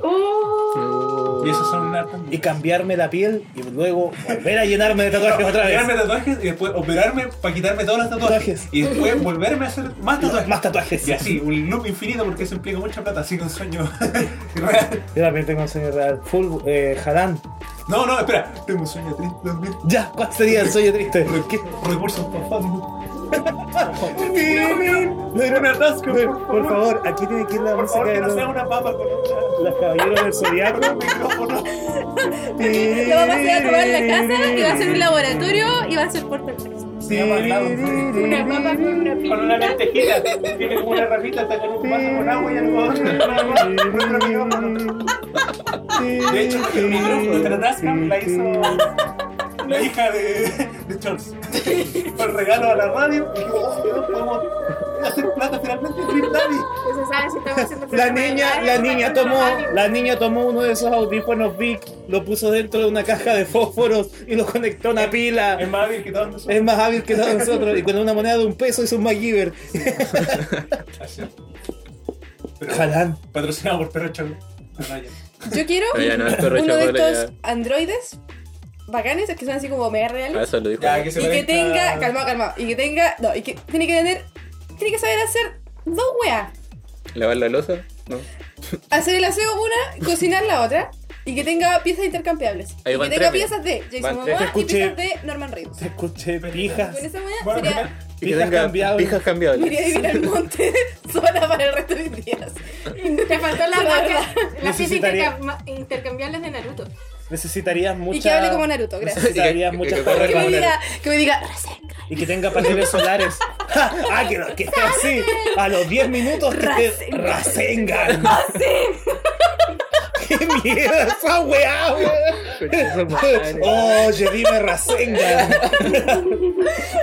Oh.
Y esos son hartas
Y cambiarme la piel y luego volver a llenarme de tatuajes otra
Llenarme
vez.
de tatuajes y después operarme para quitarme todos los tatuajes.
Tatuajes.
Y después volverme a hacer más tatuajes.
Más tatuajes.
Y así, un loop infinito porque eso implica mucha plata, así que un sueño real.
Yo también tengo un sueño real. Full, eh, Haran.
No, no, espera, tengo un sueño triste también.
Ya, ¿cuál sería el sueño triste?
¿Pero qué? Recursos por favor.
Un atasco. Por, por favor, aquí tiene que ir la
Por favor, que
música de
no
los,
sea una papa con un
los caballeros del
con
zodiaco.
un micrófono.
Lo vamos a ir a probar en la casa y va a ser un laboratorio y va a ser por sorpresa.
Una papa con una
Con una
pinta.
lentejita. Tiene como una ramita, está con un vaso con agua y algodón. Con otro micrófono. De hecho, el micrófono de Alaska la hizo la hija de, de Charles. Fue el regalo a la radio y dijo, oh, Dios, podemos hacer plata finalmente Free Daddy.
No se sabe si estamos haciendo
La
programa de
niña,
radio,
la
estamos
niña
haciendo
tomó,
radio.
la niña tomó uno de esos audífonos Vic, lo puso dentro de una caja de fósforos y lo conectó a una pila.
Es más hábil que todos nosotros.
Es más hábil que todos nosotros y con una moneda de un peso hizo un MacGyver.
Pero
Jalán.
patrocinado por Perro Charles. No, no, ya.
Yo quiero
Pero ya no, el perro
uno de
chocolate
estos androides bacanes, que son así como mega
ya. Ah,
reales.
Eso lo dijo.
Ya, que se
Y que
conecta-
tenga, calma, calma, y que tenga, no, y que tiene que tener, tiene que saber hacer dos weas.
¿Lavar la losa? No.
Hacer el aseo una, cocinar la otra, y que tenga piezas intercambiables.
Ahí
y que
van
tenga
tres,
piezas de Jason
Van
Momoa
tres.
y
Escuché.
piezas de Norman Reedus.
Te escuché, pijas.
Con esa wea
Bueno,
sería,
Y que
Pijas
tenga
cambiables.
pijas cambiables.
me iría a vivir al monte sola para el resto de mis días.
Te faltó la vaca. Las piezas
Necesitaría-
intercam- intercambiables de Naruto.
Necesitarías mucha...
Y que hable como Naruto, gracias.
Necesitarías
Que-
muchas
que- que-
torres
Que me
para-
diga, que me diga, "Rasengan".
y que tenga paneles solares. ah, que, que esté así. A los 10 minutos que te rasengan. ¡Qué mierda esa weá, weón! Oye, dime rasengan.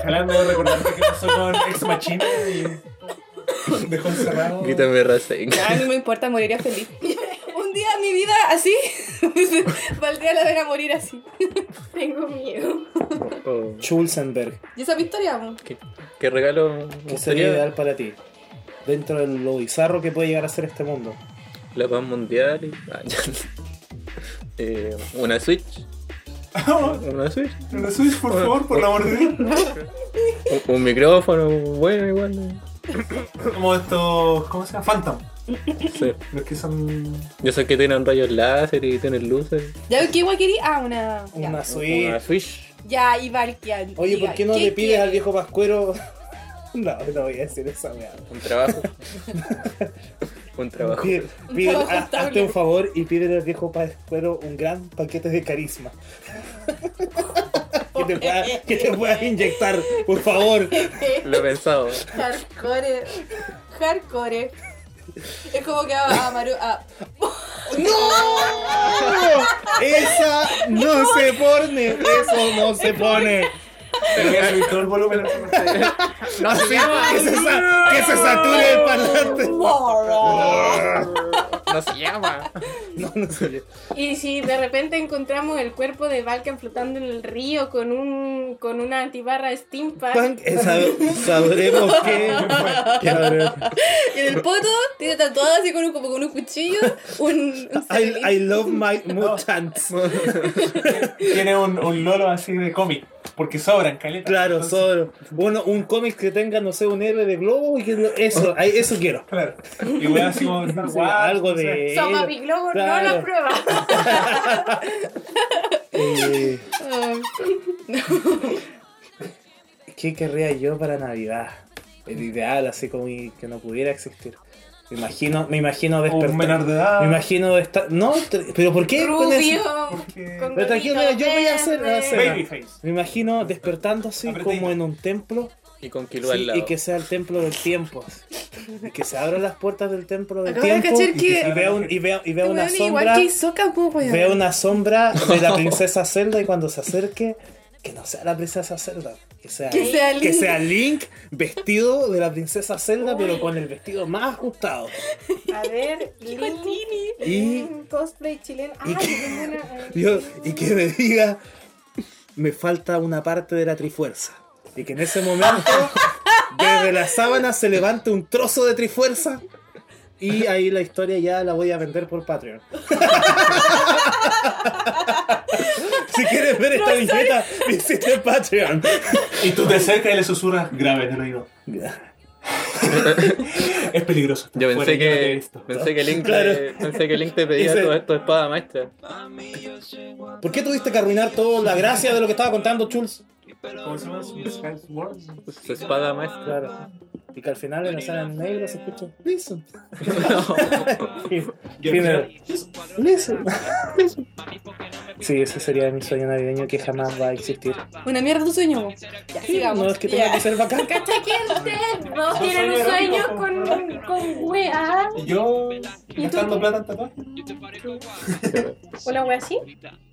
Hablando de recordarte que pasó con Ex Machina y dejó encerrado.
Grítame Rasen.
Ya, a mí no me importa, moriría feliz. Un día mi vida así, valdría la pena morir así.
Tengo miedo.
Oh,
Schulzenberg,
¿Y esa pistola? mo?
¿Qué, qué regalo me
¿qué sería
gustaría?
ideal para ti? Dentro de lo bizarro que puede llegar a ser este mundo.
La paz mundial y. Ah, ya. Eh, una Switch. Una Switch.
No subís, por favor, por la amor de Dios.
Un, un micrófono bueno, igual.
Como estos. ¿Cómo se llama? Phantom.
Sí.
Los que son.
Yo sé que tienen rayos láser y tienen luces.
¿Ya qué igual quería? Ah, una. ya.
Una
Una
suite.
Switch.
Ya, y Valkian.
Oye,
diga,
¿por qué no le pides
quiere?
al viejo pascuero? No, no voy a decir esa weá.
Un trabajo. un trabajo.
Pide- pide-
trabajo
ha-
estable.
hazte un favor y pídele al viejo pascuero un gran paquete de carisma. que, te pueda, que te pueda inyectar, por favor.
Lo he pensado.
Hardcore. Hardcore. Es como que a, a Maru. A,
¡No! Esa no se pone. Eso no se pone.
Voy a subir todo el volumen.
No se Que se, sa- que se sature el parlante.
Moro.
no se llama.
No, no sé.
Y si de repente encontramos el cuerpo de Balkan flotando en el río con un con una antibarra steampunk.
Punk, eh, sab- sabremos que. que habrá-
Y en el poto tiene tatuado así con un, como con un cuchillo, un, un
I,
sablín.
I love my mutants.
Tiene un, un loro así de cómic. Porque sobran caletas.
Claro,
Entonces,
solo. Bueno, un cómic que tenga, no sé, un héroe de globo y que lo- eso, ahí- eso quiero.
Claro. Y weón así como.
No sé,
guau,
algo
no sé.
de.
Soma Globo no
Claro.
lo prueba.
eh,
Ah,
¿Qué querría yo para Navidad? El ideal, así como y- que no pudiera existir. Me imagino, me imagino despertar.
Un menor de edad.
Me imagino estar. No, tre- pero ¿por qué? con
Rubio.
eso?
Porque-
con
Pero tranquilo, mira, yo voy a hacer. voy a hacer-
Babyface.
Me imagino despertando así
Apreté.
como en un templo
Y con Kilo
sí,
al lado.
y que sea el templo del tiempo. así. Y que se abran las puertas del templo del
Acabo de
tiempo
cachar
y,
que-
y vea, un- y vea- y vea
este
una
weón es Igual
sombra.
que Hisoka, ¿cómo weón?
Vea una sombra de la princesa Zelda y cuando se acerque, que no sea la princesa Zelda. Que sea,
Que sea
que
Link.
sea Link vestido de la princesa Zelda, pero con el vestido más ajustado.
A ver, Lili.
Y-
un Cosplay chileno. Ah,
y
yo
que-
tengo una.
Yo- y que me diga, me falta una parte de la trifuerza. Y que en ese momento, desde la sábana se levante un trozo de trifuerza. Y ahí la historia ya la voy a vender por Patreon. si quieres ver esta viñeta, visite Patreon.
Y tú te acercas y le susurras grave en el oído. Es peligroso.
Yo pensé
Fuera, llévate
que
esto.
pensé que Link
Claro.
te, pensé que Link te pedía
Ese-
tu, tu espada maestra.
¿Por qué tuviste que arruinar toda la gracia de lo que estaba contando Chuls?
¿Cómo se llama? Skyward.
Su espada maestra.
Claro. Y que al final en la sala en negro se escucha Listen.
Y al final,
Listen. Sí, ese sería mi sueño navideño que jamás va a existir.
Una mierda tu sueño. weón. Ya, sigamos.
No es que tenga
Ya.
que ser bacán.
¿Cachai que ustedes dos
Yo
tienen
soy
un sueño
erótico,
con, con wea?
Y yo gastando plata en tatuaje.
¿O la wea así?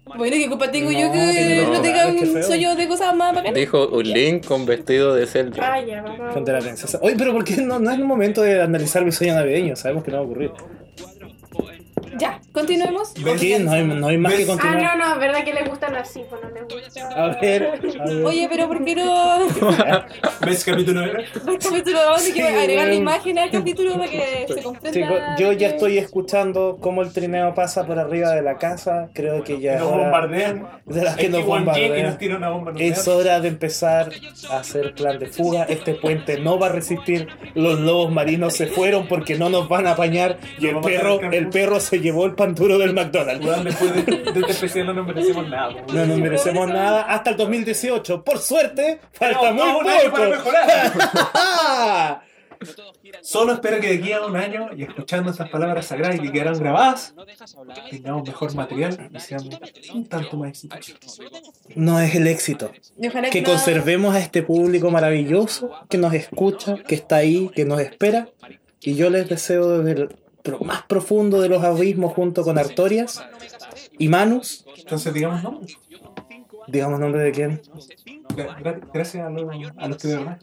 Bueno, ¿qué culpa tengo
No,
yo que
no,
no,
claro,
tenga
es que
un
feo.
sueño de cosas más bacanas?
Dijo un Link con vestido de
Ah,
Zelda.
ya, vamos.
Frente a la princesa. Oye, pero ¿por qué no, no es el momento de analizar mi sueño navideño? Sabemos que no va a ocurrir.
Ya, continuemos.
¿Qué? No hay, no hay más que
Ah, no,
continuar.
no, es verdad que les gustan así, pues no les gusta.
A ver, a ver.
Oye, pero ¿por qué no?
¿Ves capítulo era?
Por capítulo vamos a que
Sí,
agregar la
weón.
imagen al capítulo para que se comprenda.
Chicos, yo
que-
ya estoy escuchando cómo el trineo pasa por arriba de la casa. Creo que ya es
Nos
hora,
bombardean.
de las que
Hay
nos
Iwan Jin Y
bombardean.
nos tira una bomba nuclear.
Es hora de empezar a hacer plan de fuga. Este puente no va a resistir. Los lobos marinos se fueron porque no nos van a apañar. Y el
Nos van a
perro,
arrancar
el
mucho.
perro se llevó el pan duro del McDonald's.
Weón, después de, de este especial no nos merecemos nada. weón.
No nos merecemos nada hasta el 2018. Por suerte, falta
Tenemos todo
muy
un año para
poco.
mejorar.
¡Ah!
Solo espero que de aquí a un año y escuchando esas palabras sagradas que quedarán grabadas, tengamos mejor material y seamos un tanto más exitosos.
No es el éxito.
Y ojalá
Que
no-
conservemos a este público maravilloso que nos escucha, que está ahí, que nos espera. Y yo les deseo desde el pro- más profundo de los abismos junto con Artorias y Manus.
Entonces, digamos, no.
Digamos nombre de quién.
Gra- gra- gracias a los, a los que de verdad.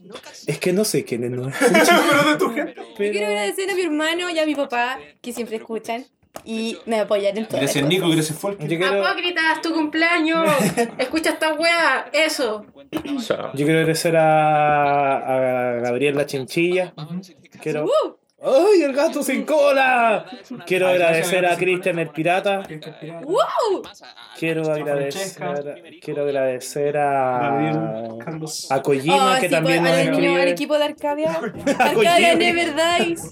Es que no sé quién es. ¿no?
Pero de tu gente.
Yo quiero agradecer a mi hermano y a mi papá que siempre escuchan y me apoyan en todo.
Gracias, Nico. Gracias, Folk.
Yo quiero,
Apócritas, tu cumpleaños. Escucha esta wea, eso.
Chao.
yo quiero agradecer a, a Gabriel la Chinchilla. Quiero.
Uh.
¡Ay, el gato sin cola! Quiero
Ay, gracias,
agradecer
gato
a
sin
Cristian el Pirata.
¡Wow!
Quiero agradecer, quiero agradecer a.
Gabriel, Carlos.
A Kojima,
Oh,
que
sí,
también
pues,
nos
al, niño- al
escribe.
equipo de Arcadia. Arcadia Never Dies.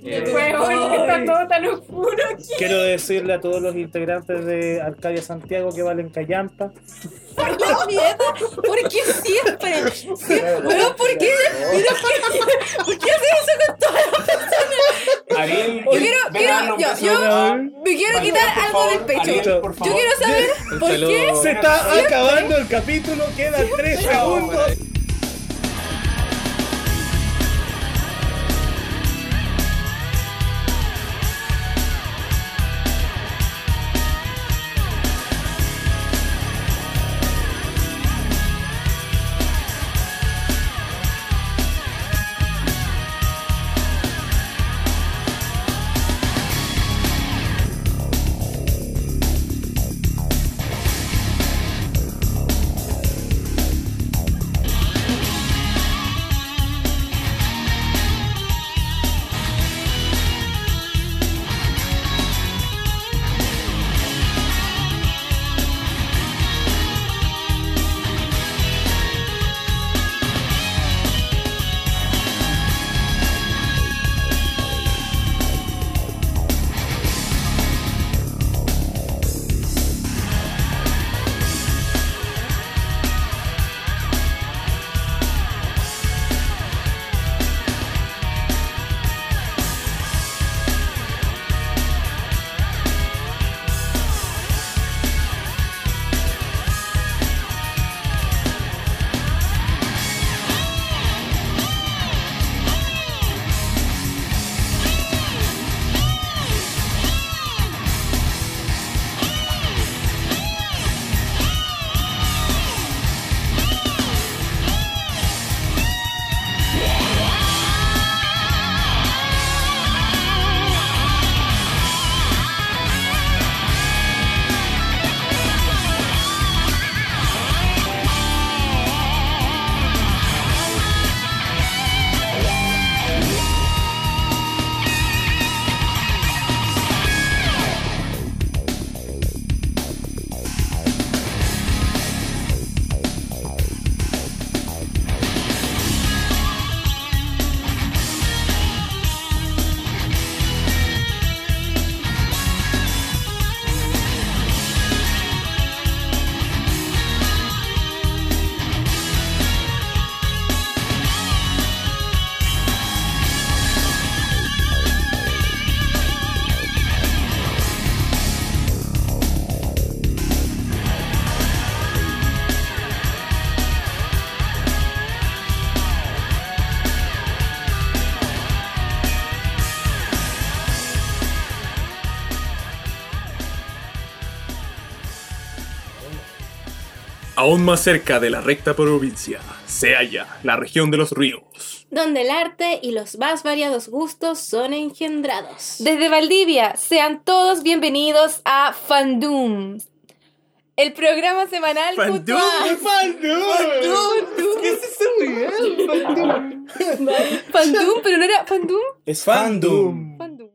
Eh,
Weón, está todo tan oscuro.
Quiero decirle a todos los integrantes de Arcadia Santiago que valen callampa.
¿Por qué mierda? ¿Por qué siempre? Sie- Weón, ¿por qué?
Oh.
Mira, ¿por qué? ¿Por qué haces eso con todas las personas?
Ariel,
Yo quiero, quiero, yo, yo me quiero quitar algo del pecho.
por
Yo
favor.
quiero saber por qué
Se está acabando el capítulo, quedan tres segundos.
Aún más cerca de la recta provincia se halla la región de los ríos.
donde el arte y los más variados gustos son engendrados.
Desde Valdivia, sean todos bienvenidos a Fandom. El programa semanal
¡Fandum!
puntual.
¿Qué es eso, weón?
Fandom, pero no era Fandom.
Es fandom.
Fandom.